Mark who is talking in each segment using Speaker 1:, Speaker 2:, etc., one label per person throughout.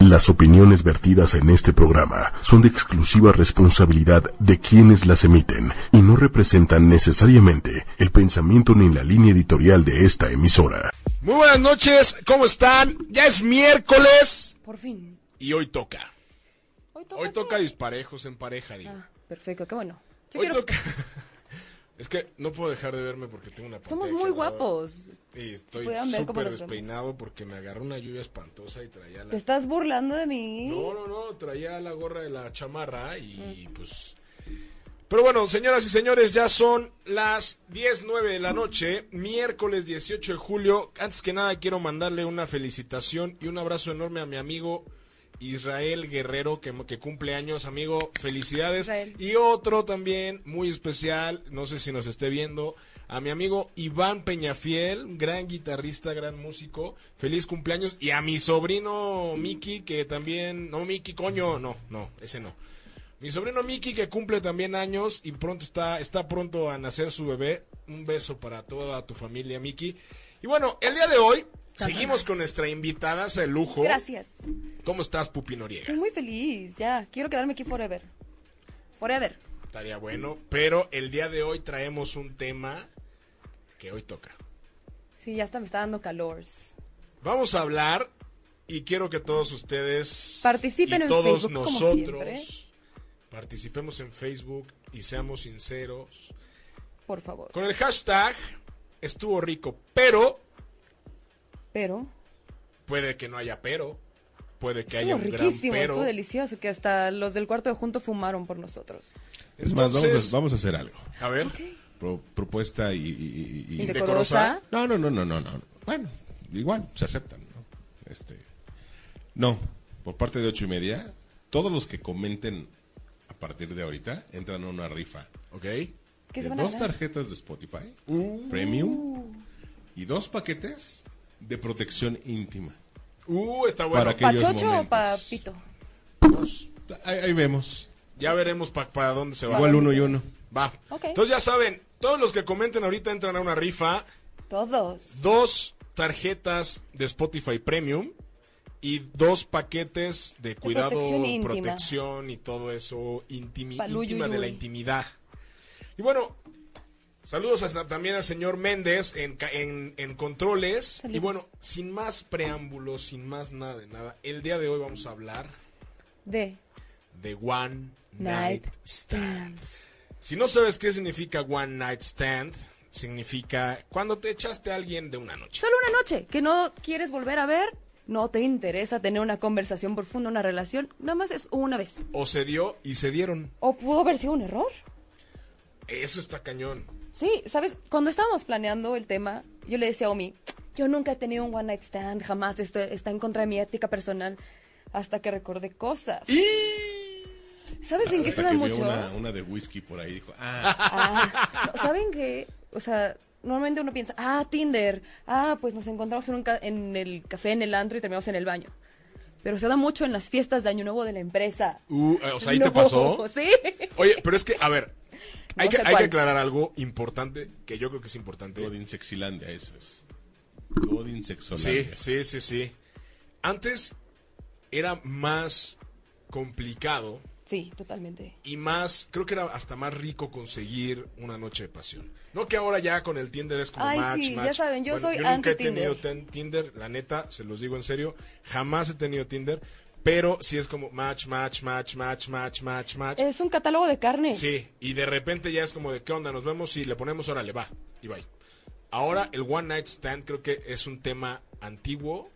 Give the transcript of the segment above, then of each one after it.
Speaker 1: Las opiniones vertidas en este programa son de exclusiva responsabilidad de quienes las emiten y no representan necesariamente el pensamiento ni la línea editorial de esta emisora.
Speaker 2: Muy buenas noches, ¿cómo están? Ya es miércoles
Speaker 3: Por fin.
Speaker 2: y hoy toca.
Speaker 3: Hoy toca.
Speaker 2: Hoy
Speaker 3: qué?
Speaker 2: toca disparejos en pareja, digo.
Speaker 3: Ah, perfecto, qué bueno. Yo
Speaker 2: Hoy
Speaker 3: quiero-
Speaker 2: toca. Es que no puedo dejar de verme porque tengo una
Speaker 3: Somos
Speaker 2: pantalla
Speaker 3: muy
Speaker 2: quemada
Speaker 3: guapos.
Speaker 2: Y estoy
Speaker 3: pudieran
Speaker 2: súper
Speaker 3: ver cómo nos vemos. Pues
Speaker 2: despeinado porque me agarró una lluvia espantosa y traía
Speaker 3: ¿Te
Speaker 2: la.
Speaker 3: estás burlando de mí?
Speaker 2: No, no, no, traía la gorra de la chamarra
Speaker 3: Ah.
Speaker 2: y pues. Pero bueno, señoras y señores, ya son las 10.09 de la noche, miércoles 18 de julio. Antes que nada, quiero mandarle una felicitación y un abrazo enorme a mi amigo Israel Guerrero, que, que cumple años, amigo. Felicidades.
Speaker 3: Israel.
Speaker 2: Y otro también muy especial, no sé si nos esté viendo, a mi amigo Iván Peñafiel, gran guitarrista, gran músico. Feliz cumpleaños. Y a mi sobrino Miki, que también. No, Miki, coño, no, no, ese no. Mi sobrino Miki que cumple también años y pronto está, está pronto a nacer su bebé. Un beso para toda tu familia, Miki. Y bueno, el día de hoy seguimos con nuestra invitada de lujo.
Speaker 3: Gracias.
Speaker 2: ¿Cómo estás, Pupi Noriega?
Speaker 3: Estoy muy feliz, ya. Quiero quedarme aquí forever. Forever.
Speaker 2: Estaría bueno, pero el día de hoy traemos un tema que hoy toca.
Speaker 3: Sí, ya está, me está dando calor.
Speaker 2: Vamos a hablar y quiero que todos ustedes y
Speaker 3: Participen en
Speaker 2: todos
Speaker 3: Facebook, como
Speaker 2: nosotros participemos en Facebook y seamos sinceros.
Speaker 3: Por favor.
Speaker 2: Con el hashtag estuvo rico, pero
Speaker 3: Pero.
Speaker 2: puede que no haya pero, puede que haya
Speaker 3: Estuvo
Speaker 2: un
Speaker 3: riquísimo,
Speaker 2: gran
Speaker 3: estuvo
Speaker 2: pero.
Speaker 3: delicioso. Que hasta los del cuarto de junto fumaron por nosotros.
Speaker 4: Es más, vamos a-
Speaker 2: Entonces-
Speaker 4: vamos, a, hacer algo.
Speaker 2: A ver,
Speaker 4: Pro- propuesta y, y- y- y-
Speaker 3: Indecorosa.
Speaker 4: No, no, no, no, no, no. Bueno, igual, se aceptan. ¿no? Este, no, por parte de ocho y media, todos los que comenten a partir de ahorita entran a una rifa
Speaker 2: ok. Uh,
Speaker 3: ¿Qué
Speaker 4: de
Speaker 3: se van a
Speaker 4: dos
Speaker 3: ganar? Uh.
Speaker 4: tarjetas de Spotify Premium y dos paquetes de protección íntima.
Speaker 2: Uh, está bueno.
Speaker 4: Para que- aquellos
Speaker 3: ¿Pachocho o
Speaker 4: momentos.
Speaker 3: papito?
Speaker 4: Pues, ahí, ahí vemos.
Speaker 2: Ya veremos pa- para dónde se va.
Speaker 4: Igual uno y uno.
Speaker 2: Va.
Speaker 3: Ok.
Speaker 2: Entonces ya saben, todos los que comenten ahorita entran a una rifa,
Speaker 3: Todos.
Speaker 2: dos tarjetas de Spotify Premium y dos paquetes de cuidado,
Speaker 3: protección íntima.
Speaker 2: protección y todo eso intimi-
Speaker 3: Paluyuyuy.
Speaker 2: íntima de la intimidad. Y bueno, saludos hasta también al señor Méndez en, ca- en, en controles. Y
Speaker 3: Saludos.
Speaker 2: bueno, sin más preámbulos, sin más nada de nada, el día de hoy vamos a hablar
Speaker 3: De.
Speaker 2: de One Night,
Speaker 3: Night
Speaker 2: Stand. Si no sabes qué significa One Night Stand, significa cuando te echaste a alguien de una noche.
Speaker 3: Solo una noche que no quieres volver a ver, no te interesa tener una conversación profunda, una relación, nada más es una vez.
Speaker 2: O se dio y se dieron.
Speaker 3: ¿O pudo haber sido un error?
Speaker 2: Eso está cañón.
Speaker 3: Sí, ¿sabes? Cuando estábamos planeando el tema, yo le decía a Omi, yo nunca he tenido un one night stand, jamás, esto está en contra de mi ética personal, hasta que recordé cosas.
Speaker 2: Y...
Speaker 3: ¿Sabes en qué
Speaker 4: Hasta
Speaker 3: suena
Speaker 4: que vio
Speaker 3: mucho? ¿eh?
Speaker 4: una, una de whisky por ahí dijo, ah,
Speaker 3: Ah, no, ¿Saben qué? O sea, normalmente uno piensa, ah, Tinder, ah, pues nos encontramos en, un ca- en el café, en el antro y terminamos en el baño. Pero se da mucho en las fiestas de Año Nuevo de la empresa.
Speaker 2: Uh, eh, o sea, ahí te
Speaker 3: No,
Speaker 2: pasó.
Speaker 3: Sí.
Speaker 2: Oye, pero es que, a ver, hay,
Speaker 3: No
Speaker 2: que,
Speaker 3: sé
Speaker 2: hay que
Speaker 3: cuál.
Speaker 2: aclarar algo importante que yo creo que es importante.
Speaker 4: Godin Sexilandia, eso es. Godin
Speaker 2: Sí,
Speaker 4: Sexolandia.
Speaker 2: sí, sí, sí. Antes era más complicado
Speaker 3: Sí, totalmente.
Speaker 2: y más, creo que era hasta más rico conseguir una noche de pasión. No que ahora ya con el Tinder es como
Speaker 3: Ay,
Speaker 2: match,
Speaker 3: sí, ya
Speaker 2: match.
Speaker 3: saben, yo soy
Speaker 2: yo nunca he tenido
Speaker 3: anti-Tinder.
Speaker 2: ten- Tinder, la neta, se los digo en serio, jamás he tenido Tinder, pero sí es como match, match, match, match, match, match, match.
Speaker 3: Es un catálogo de carne.
Speaker 2: Sí, y de repente ya es como de qué onda, nos vemos y le ponemos órale, va, y bye. Ahora el One Night Stand creo que es un tema antiguo,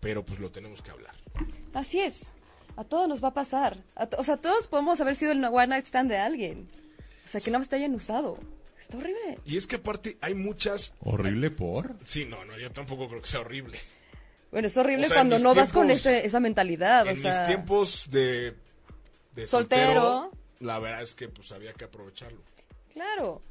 Speaker 2: pero pues lo tenemos que hablar.
Speaker 3: Así es. A todos nos va a pasar. A to- o sea, todos podemos haber sido el one night stand de alguien. O sea, que nada más te hayan usado. Está horrible.
Speaker 2: Y es que aparte hay muchas...
Speaker 4: Horrible por.
Speaker 2: Sí, no, no, yo tampoco creo que sea horrible.
Speaker 3: Bueno, es horrible
Speaker 2: O sea, en
Speaker 3: cuando
Speaker 2: mis
Speaker 3: no das con
Speaker 2: tiempos-
Speaker 3: ese- esa mentalidad. o
Speaker 2: en
Speaker 3: sea,
Speaker 2: mis tiempos de, de soltero,
Speaker 3: Soltero.
Speaker 2: la verdad es que pues había que aprovecharlo.
Speaker 3: Claro.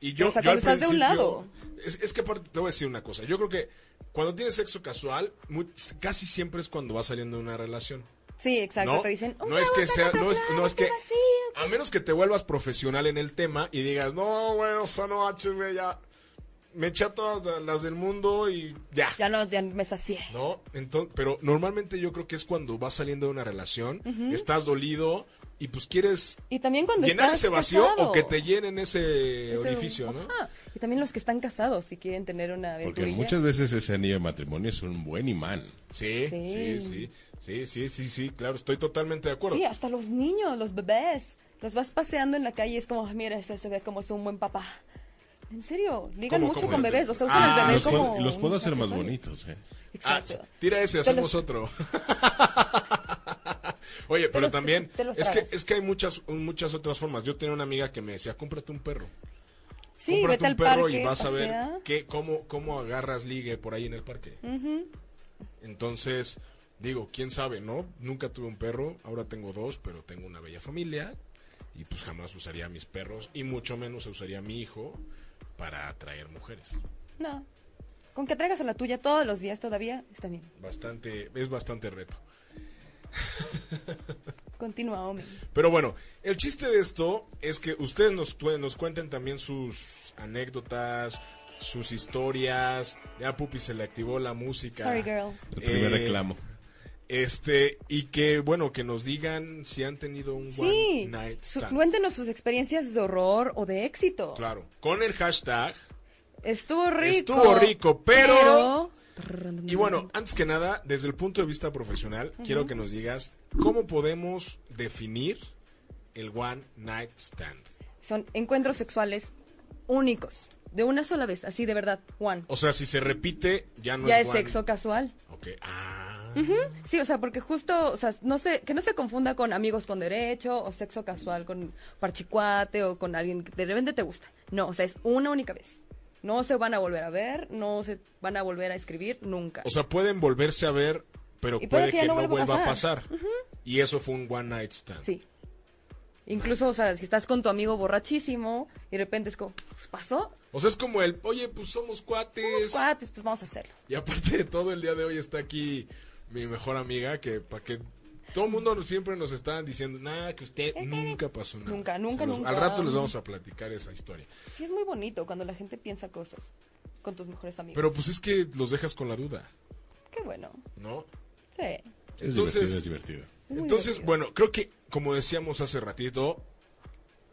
Speaker 2: Y yo,
Speaker 3: O sea,
Speaker 2: yo al
Speaker 3: cuando estás de un
Speaker 2: principio-
Speaker 3: lado.
Speaker 2: Es, es que aparte te voy a decir una cosa. Yo creo que cuando tienes sexo casual, muy- casi siempre es cuando vas saliendo de una relación.
Speaker 3: Sí, exacto.
Speaker 2: ¿no?
Speaker 3: Te dicen.
Speaker 2: No es que sea, no es, no es que,
Speaker 3: este Vacío.
Speaker 2: a menos que te vuelvas profesional en el tema y digas, no, bueno, esa noche, güey, ya, me eché a todas las del mundo y ya.
Speaker 3: Ya no, ya me sacié.
Speaker 2: ¿No? Entonces, pero normalmente yo creo que es cuando vas saliendo de una relación, estás dolido y pues quieres
Speaker 3: Y también cuando
Speaker 2: llenar
Speaker 3: estás
Speaker 2: ese vacío
Speaker 3: casado.
Speaker 2: o que te llenen ese,
Speaker 3: Ese-
Speaker 2: orificio, ¿no?
Speaker 3: ajá. Y también los que están casados y quieren tener una
Speaker 4: Porque
Speaker 3: aventurilla.
Speaker 4: muchas veces ese anillo de matrimonio es un buen imán.
Speaker 2: Sí, sí,
Speaker 3: Sí.
Speaker 2: sí, sí, sí, sí, sí, claro, estoy totalmente de acuerdo.
Speaker 3: Sí, hasta los niños, los bebés. Los vas paseando en la calle y es como, "Ah, mira, ese se ve como es un buen papá. En serio, ligan
Speaker 2: ¿Cómo,
Speaker 3: mucho
Speaker 2: cómo?
Speaker 3: con bebés. O sea, usan
Speaker 2: Ah,
Speaker 3: el bebé
Speaker 4: los,
Speaker 3: como.
Speaker 4: puedo, los
Speaker 3: un
Speaker 4: puedo hacer más
Speaker 3: accesorio.
Speaker 4: bonitos, ¿eh?
Speaker 2: Ah,
Speaker 3: Exacto.
Speaker 2: tira ese,
Speaker 3: Te los-
Speaker 2: hacemos otro. Oye, pero
Speaker 3: los-
Speaker 2: también
Speaker 3: te los
Speaker 2: es que
Speaker 3: tragas.
Speaker 2: es que hay muchas muchas otras formas. Yo tenía una amiga que me decía, "Cómprate un perro."
Speaker 3: Sí,
Speaker 2: Cómprate
Speaker 3: vete
Speaker 2: un
Speaker 3: al
Speaker 2: perro
Speaker 3: parque,
Speaker 2: y vas a ver
Speaker 3: pasea.
Speaker 2: qué, cómo, cómo agarras ligue por ahí en el parque. Entonces, digo, quién sabe, ¿no? Nunca tuve un perro, ahora tengo dos, pero tengo una bella familia y pues jamás usaría a mis perros y mucho menos usaría a mi hijo para atraer mujeres.
Speaker 3: No. Con que traigas a la tuya todos los días todavía, está bien.
Speaker 2: Bastante, es bastante reto.
Speaker 3: Continúa, hombre.
Speaker 2: Pero bueno, el chiste de esto es que ustedes nos, tue- nos cuenten también sus anécdotas, sus historias. Ya Pupi se le activó la música.
Speaker 3: Sorry, girl.
Speaker 4: El primer
Speaker 2: Eh,
Speaker 4: reclamo.
Speaker 2: Este, y que bueno, que nos digan si han tenido un one
Speaker 3: Sí.
Speaker 2: night
Speaker 3: Su-
Speaker 2: stand.
Speaker 3: cuéntenos sus experiencias de horror o de éxito.
Speaker 2: Claro, con el hashtag.
Speaker 3: Estuvo rico.
Speaker 2: Estuvo rico, pero-
Speaker 3: pero-
Speaker 2: Y bueno, antes que nada, desde el punto de vista profesional, quiero que nos digas cómo podemos definir el one night stand.
Speaker 3: Son encuentros sexuales únicos. De una sola vez, así de verdad. One.
Speaker 2: O sea, si se repite, ya no
Speaker 3: ya
Speaker 2: es
Speaker 3: es
Speaker 2: one-
Speaker 3: sexo casual.
Speaker 2: Ok, ah.
Speaker 3: Sí, o sea, porque justo, o sea, no se, que no se confunda con amigos con derecho o sexo casual con parchicuate o con alguien que de repente te gusta. No, o sea, es una única vez. No se van a volver a ver, no se van a volver a escribir nunca.
Speaker 2: O sea, pueden volverse a ver, pero
Speaker 3: Y puede
Speaker 2: puede
Speaker 3: que
Speaker 2: que,
Speaker 3: ya
Speaker 2: no,
Speaker 3: no vuelva a
Speaker 2: vuelva a pasar. Y eso fue un one night stand.
Speaker 3: sí. Incluso, o sea, si estás con tu amigo borrachísimo y de repente es como, pues, pasó,
Speaker 2: O sea, es como el, oye, pues somos cuates.
Speaker 3: pues, cuates, pues vamos a hacerlo.
Speaker 2: Y aparte de todo, el día de hoy está aquí mi mejor amiga, que para que todo el mundo nos- siempre nos está diciendo, nada, que usted nunca pasó nada.
Speaker 3: Nunca, nunca,
Speaker 2: Se los-
Speaker 3: nunca.
Speaker 2: Al rato les vamos a platicar esa historia.
Speaker 3: Sí, es muy bonito cuando la gente piensa cosas con tus mejores amigos.
Speaker 2: Pero pues es que los dejas con la duda,
Speaker 3: Qué bueno.
Speaker 2: ¿no? Pues,
Speaker 3: Sí.
Speaker 4: Es
Speaker 2: entonces-
Speaker 4: divertido, es divertido.
Speaker 3: muy
Speaker 2: Entonces,
Speaker 3: divertido.
Speaker 2: bueno, creo que, como decíamos hace ratito,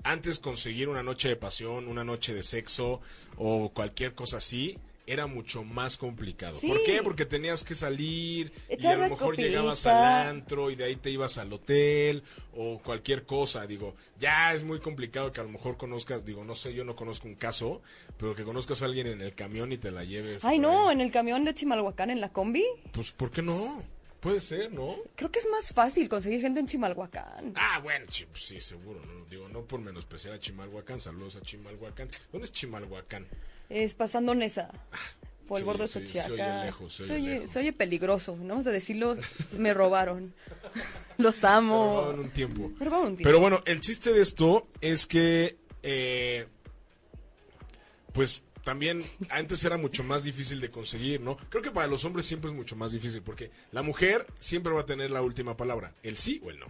Speaker 2: antes conseguir una noche de pasión, una noche de sexo o cualquier cosa así, era mucho más complicado.
Speaker 3: Sí.
Speaker 2: ¿Por qué? Porque tenías que salir y
Speaker 3: Echar
Speaker 2: a lo
Speaker 3: la
Speaker 2: mejor llegabas
Speaker 3: copita.
Speaker 2: al antro y de ahí te ibas al hotel o cualquier cosa. Digo, ya es muy complicado que a lo mejor conozcas, digo, no sé, yo no conozco un caso, pero que conozcas a alguien en el camión y te la lleves.
Speaker 3: Ay,
Speaker 2: por
Speaker 3: no,
Speaker 2: ahí.
Speaker 3: en el camión de Chimalhuacán, en la combi.
Speaker 2: Pues, ¿por qué no? Puede ser, ¿no?
Speaker 3: Creo que es más fácil conseguir gente en Chimalhuacán.
Speaker 2: Ah, bueno, chi- pues sí, seguro, ¿no? Digo, no por menospreciar a Chimalhuacán, saludos a Chimalhuacán. ¿Dónde es Chimalhuacán?
Speaker 3: Es pasando Nesa. Por
Speaker 2: Sí,
Speaker 3: el borde de
Speaker 2: sí, se
Speaker 3: Xochiaca.
Speaker 2: oye lejos, se oye lejos.
Speaker 3: se oye peligroso. Nada más de decirlo, me robaron. Los amo.
Speaker 2: Pero en un tiempo.
Speaker 3: Me robaron un tiempo.
Speaker 2: Pero bueno, el chiste de esto es que, eh, pues también antes era mucho más difícil de conseguir, ¿no? Creo que para los hombres siempre es mucho más difícil, porque la mujer siempre va a tener la última palabra, el sí o el no.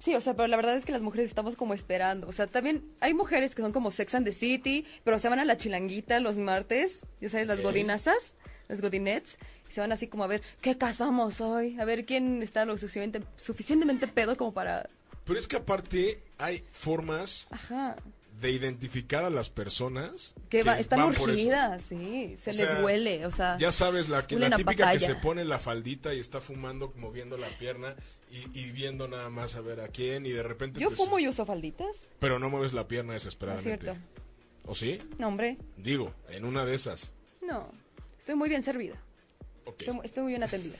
Speaker 3: Sí, o sea, pero la verdad es que las mujeres estamos como esperando. O sea, también hay mujeres que son como Sex and the City, pero se van a la chilanguita los martes, ya sabes, las
Speaker 2: Ok.
Speaker 3: godinazas, las godinets, y se van así como a ver, ¿qué casamos hoy? A ver quién está lo suficientemente, suficientemente pedo como para...
Speaker 2: Pero es que aparte hay formas
Speaker 3: Ajá.
Speaker 2: de identificar a las personas
Speaker 3: Que, va- están
Speaker 2: van por eso.
Speaker 3: urgidas, sí. Se
Speaker 2: O
Speaker 3: les
Speaker 2: sea,
Speaker 3: huele, o sea.
Speaker 2: Ya sabes, la, que- la
Speaker 3: huelen a
Speaker 2: típica que
Speaker 3: papaya.
Speaker 2: se pone la faldita y está fumando, moviendo la pierna y, y viendo nada más a ver a quién y de repente...
Speaker 3: Yo
Speaker 2: te-
Speaker 3: fumo y uso falditas.
Speaker 2: Pero no mueves la pierna
Speaker 3: No es
Speaker 2: desesperadamente.
Speaker 3: cierto.
Speaker 2: ¿O sí?
Speaker 3: No, hombre.
Speaker 2: Digo, en una de esas.
Speaker 3: No. Estoy muy bien servida.
Speaker 2: Ok.
Speaker 3: Estoy, estoy muy bien atendida.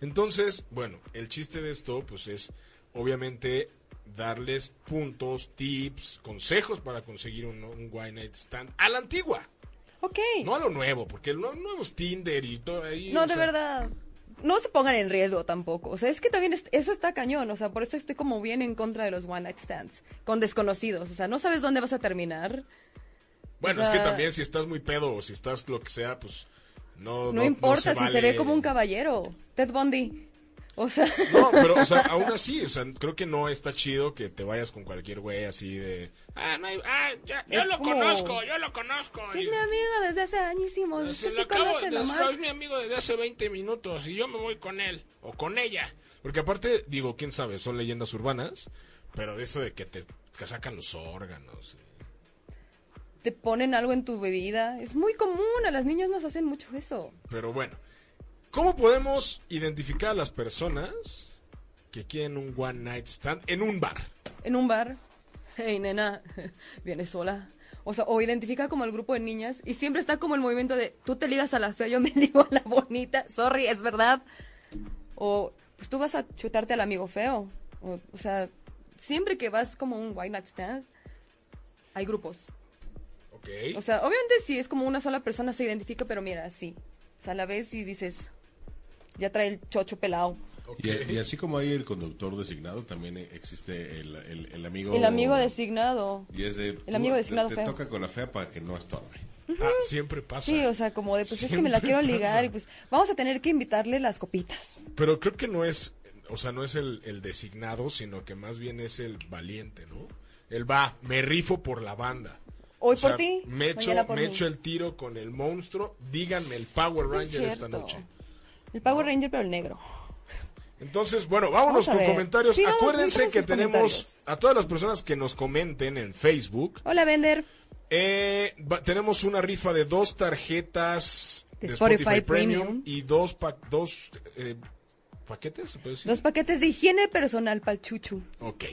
Speaker 2: Entonces, bueno, el chiste de esto pues es obviamente darles puntos, tips, consejos para conseguir un, un one night stand a la antigua.
Speaker 3: Ok.
Speaker 2: No a lo nuevo, porque lo nuevo es Tinder y todo ahí.
Speaker 3: No,
Speaker 2: o
Speaker 3: de
Speaker 2: sea,
Speaker 3: verdad. No se pongan en riesgo tampoco. O sea, es que también es- eso está cañón. O sea, por eso estoy como bien en contra de los one night stands con desconocidos. O sea, no sabes dónde vas a terminar.
Speaker 2: Bueno,
Speaker 3: O
Speaker 2: es que
Speaker 3: sea-
Speaker 2: también si estás muy pedo o si estás lo que sea, pues no.
Speaker 3: No, importa si se
Speaker 2: vale.
Speaker 3: ve como un caballero. Ted Bundy. O sea,
Speaker 2: No, pero, o sea, aún así, o sea, creo que no está chido que te vayas con cualquier güey así de. Ah, no hay- ah, ya- yo
Speaker 3: Es
Speaker 2: lo
Speaker 3: como-
Speaker 2: conozco, yo lo conozco.
Speaker 3: sí
Speaker 2: y-
Speaker 3: es mi amigo desde hace añísimos.
Speaker 2: se
Speaker 3: Sí,
Speaker 2: lo
Speaker 3: sí
Speaker 2: acabo-
Speaker 3: conoce
Speaker 2: de-
Speaker 3: nomás.
Speaker 2: es mi amigo desde hace 20 minutos y yo me voy con él o con ella. Porque aparte, digo, quién sabe, son leyendas urbanas, pero de eso de que te que sacan los órganos.
Speaker 3: Te ponen algo en tu bebida. Es muy común, a las niñas nos hacen mucho eso.
Speaker 2: Pero bueno, ¿cómo podemos identificar a las personas que quieren un one night stand en un bar?
Speaker 3: en un bar, hey nena, vienes sola. O sea, o identifica como el grupo de niñas y siempre está como el movimiento de tú te ligas a la fea, yo me ligo a la bonita, sorry, es verdad. O pues tú vas a chutarte al amigo feo. O, o sea, siempre que vas como a un white night stand, hay grupos.
Speaker 2: Ok.
Speaker 3: O sea, obviamente si es como una sola persona se identifica, pero mira, sí. O sea, la ves y dices, ya trae el chocho pelado.
Speaker 2: ok.
Speaker 4: Y, y así como hay el conductor designado, también existe el, el- el amigo.
Speaker 3: El amigo designado.
Speaker 4: Y es de.
Speaker 3: el amigo
Speaker 4: tú-
Speaker 3: designado
Speaker 4: te, te
Speaker 3: feo.
Speaker 4: toca con la fea para que no estorbe.
Speaker 2: Ah, siempre pasa.
Speaker 3: Sí, o sea, como de, pues es que me la
Speaker 2: Siempre
Speaker 3: quiero ligar
Speaker 2: pasa.
Speaker 3: y pues vamos a tener que invitarle las copitas.
Speaker 2: Pero creo que no es, o sea, no es el, el designado, sino que más bien es el valiente, ¿no? Él va, me rifo por la banda.
Speaker 3: Hoy por ti,
Speaker 2: me echo,
Speaker 3: mañana por
Speaker 2: me
Speaker 3: mí.
Speaker 2: echo el tiro con el monstruo, díganme el Power
Speaker 3: No es
Speaker 2: Ranger esta
Speaker 3: cierto.
Speaker 2: noche.
Speaker 3: El Power Ranger, pero el negro.
Speaker 2: Entonces, bueno, vámonos
Speaker 3: Vamos a
Speaker 2: con
Speaker 3: ver.
Speaker 2: comentarios.
Speaker 3: Sigamos
Speaker 2: Acuérdense
Speaker 3: viendo
Speaker 2: que
Speaker 3: sus
Speaker 2: tenemos
Speaker 3: comentarios.
Speaker 2: a todas las personas que nos comenten en Facebook.
Speaker 3: Hola, Vender.
Speaker 2: Eh, va- tenemos una rifa de dos tarjetas de,
Speaker 3: De
Speaker 2: Spotify,
Speaker 3: Spotify
Speaker 2: Premium,
Speaker 3: Premium.
Speaker 2: y dos, pa- dos eh, paquetes, ¿se puede decir?
Speaker 3: Dos paquetes de higiene personal para el chuchu.
Speaker 2: Ok.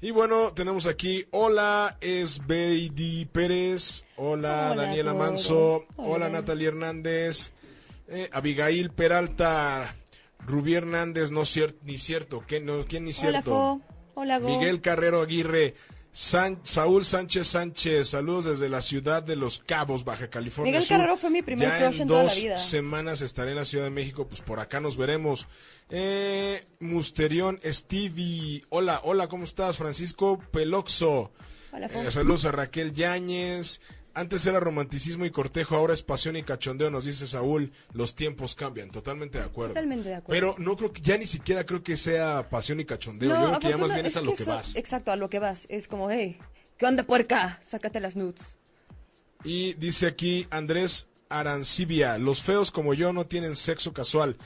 Speaker 2: Y bueno, tenemos aquí, hola, es Beidi Pérez, hola,
Speaker 3: Hola a
Speaker 2: Daniela
Speaker 3: todos.
Speaker 2: Manso, hola,
Speaker 3: Hola.
Speaker 2: Natalia Hernández, eh, Abigail Peralta, Rubí Hernández, no cier- ni cierto, que no, ¿quién ni
Speaker 3: Hola,
Speaker 2: cierto?
Speaker 3: Fo. Hola, Go.
Speaker 2: Miguel Carrero Aguirre, San- Saúl Sánchez Sánchez, saludos desde la ciudad de Los Cabos, Baja California.
Speaker 3: Miguel
Speaker 2: Sur.
Speaker 3: Carrero fue mi primer
Speaker 2: ya
Speaker 3: crush
Speaker 2: en
Speaker 3: en toda la
Speaker 2: dos
Speaker 3: vida.
Speaker 2: semanas estaré en la Ciudad de México, pues por acá nos veremos. Eh, Musterión Stevie, hola, hola, ¿cómo estás? Francisco Peloxo,
Speaker 3: Hola, Fo.
Speaker 2: Eh, saludos a Raquel Yáñez. Antes era romanticismo y cortejo, ahora es pasión y cachondeo, nos dice Saúl. Los tiempos cambian, totalmente de acuerdo.
Speaker 3: Totalmente de acuerdo.
Speaker 2: Pero no creo que, ya ni siquiera creo que sea pasión y cachondeo.
Speaker 3: No,
Speaker 2: Yo creo que ya más
Speaker 3: afortuna-
Speaker 2: bien es a lo que
Speaker 3: eso-
Speaker 2: vas.
Speaker 3: Exacto, a lo que vas. Es como, hey, ¿qué onda, puerca? Sácate las nudes.
Speaker 2: Y dice aquí Andrés Arancibia, los feos como yo no tienen sexo casual,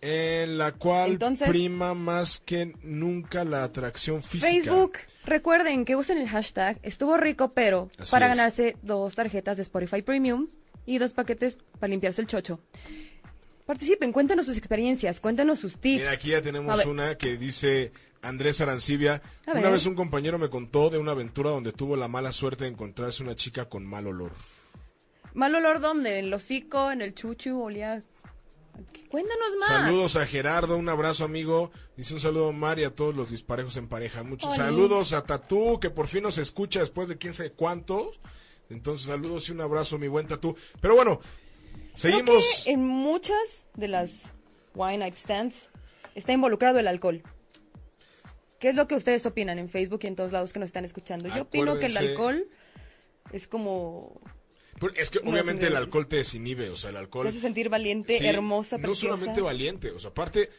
Speaker 2: en la cual
Speaker 3: Entonces-
Speaker 2: prima más que nunca la atracción física.
Speaker 3: Facebook, recuerden que usen el hashtag estuvo rico, pero
Speaker 2: Así
Speaker 3: para
Speaker 2: es.
Speaker 3: ganarse dos tarjetas de Spotify Premium y dos paquetes para limpiarse el chocho. Participen, cuéntenos sus experiencias, cuéntenos sus tips.
Speaker 2: Mira, aquí ya
Speaker 3: A
Speaker 2: tenemos
Speaker 3: ver.
Speaker 2: una que dice Andrés Arancibia.
Speaker 3: A
Speaker 2: Una
Speaker 3: ver.
Speaker 2: vez un compañero me contó de una aventura donde tuvo la mala suerte de encontrarse una chica con mal olor.
Speaker 3: ¿Mal olor dónde? ¿En el hocico? ¿En el chuchu? ¿Olía? Cuéntanos más.
Speaker 2: Saludos a Gerardo, un abrazo amigo. Dice un saludo a Mari a todos los disparejos en pareja. Muchos
Speaker 3: Oli.
Speaker 2: saludos a Tatú, que por fin nos escucha después de quién sabe cuántos. Entonces, saludos y un abrazo, mi buen Tatú. Pero bueno,
Speaker 3: Creo
Speaker 2: seguimos.
Speaker 3: que en muchas de las wine night stands está involucrado el alcohol. ¿Qué es lo que ustedes opinan en Facebook y en todos lados que nos están escuchando? Yo opino que el
Speaker 2: Acuérdense.
Speaker 3: alcohol es como
Speaker 2: Pero es que
Speaker 3: No,
Speaker 2: obviamente
Speaker 3: sí,
Speaker 2: el
Speaker 3: no.
Speaker 2: alcohol te desinhibe, o sea, el alcohol.
Speaker 3: te hace sentir valiente,
Speaker 2: Sí,
Speaker 3: hermosa,
Speaker 2: No
Speaker 3: preciosa.
Speaker 2: solamente valiente, o sea, aparte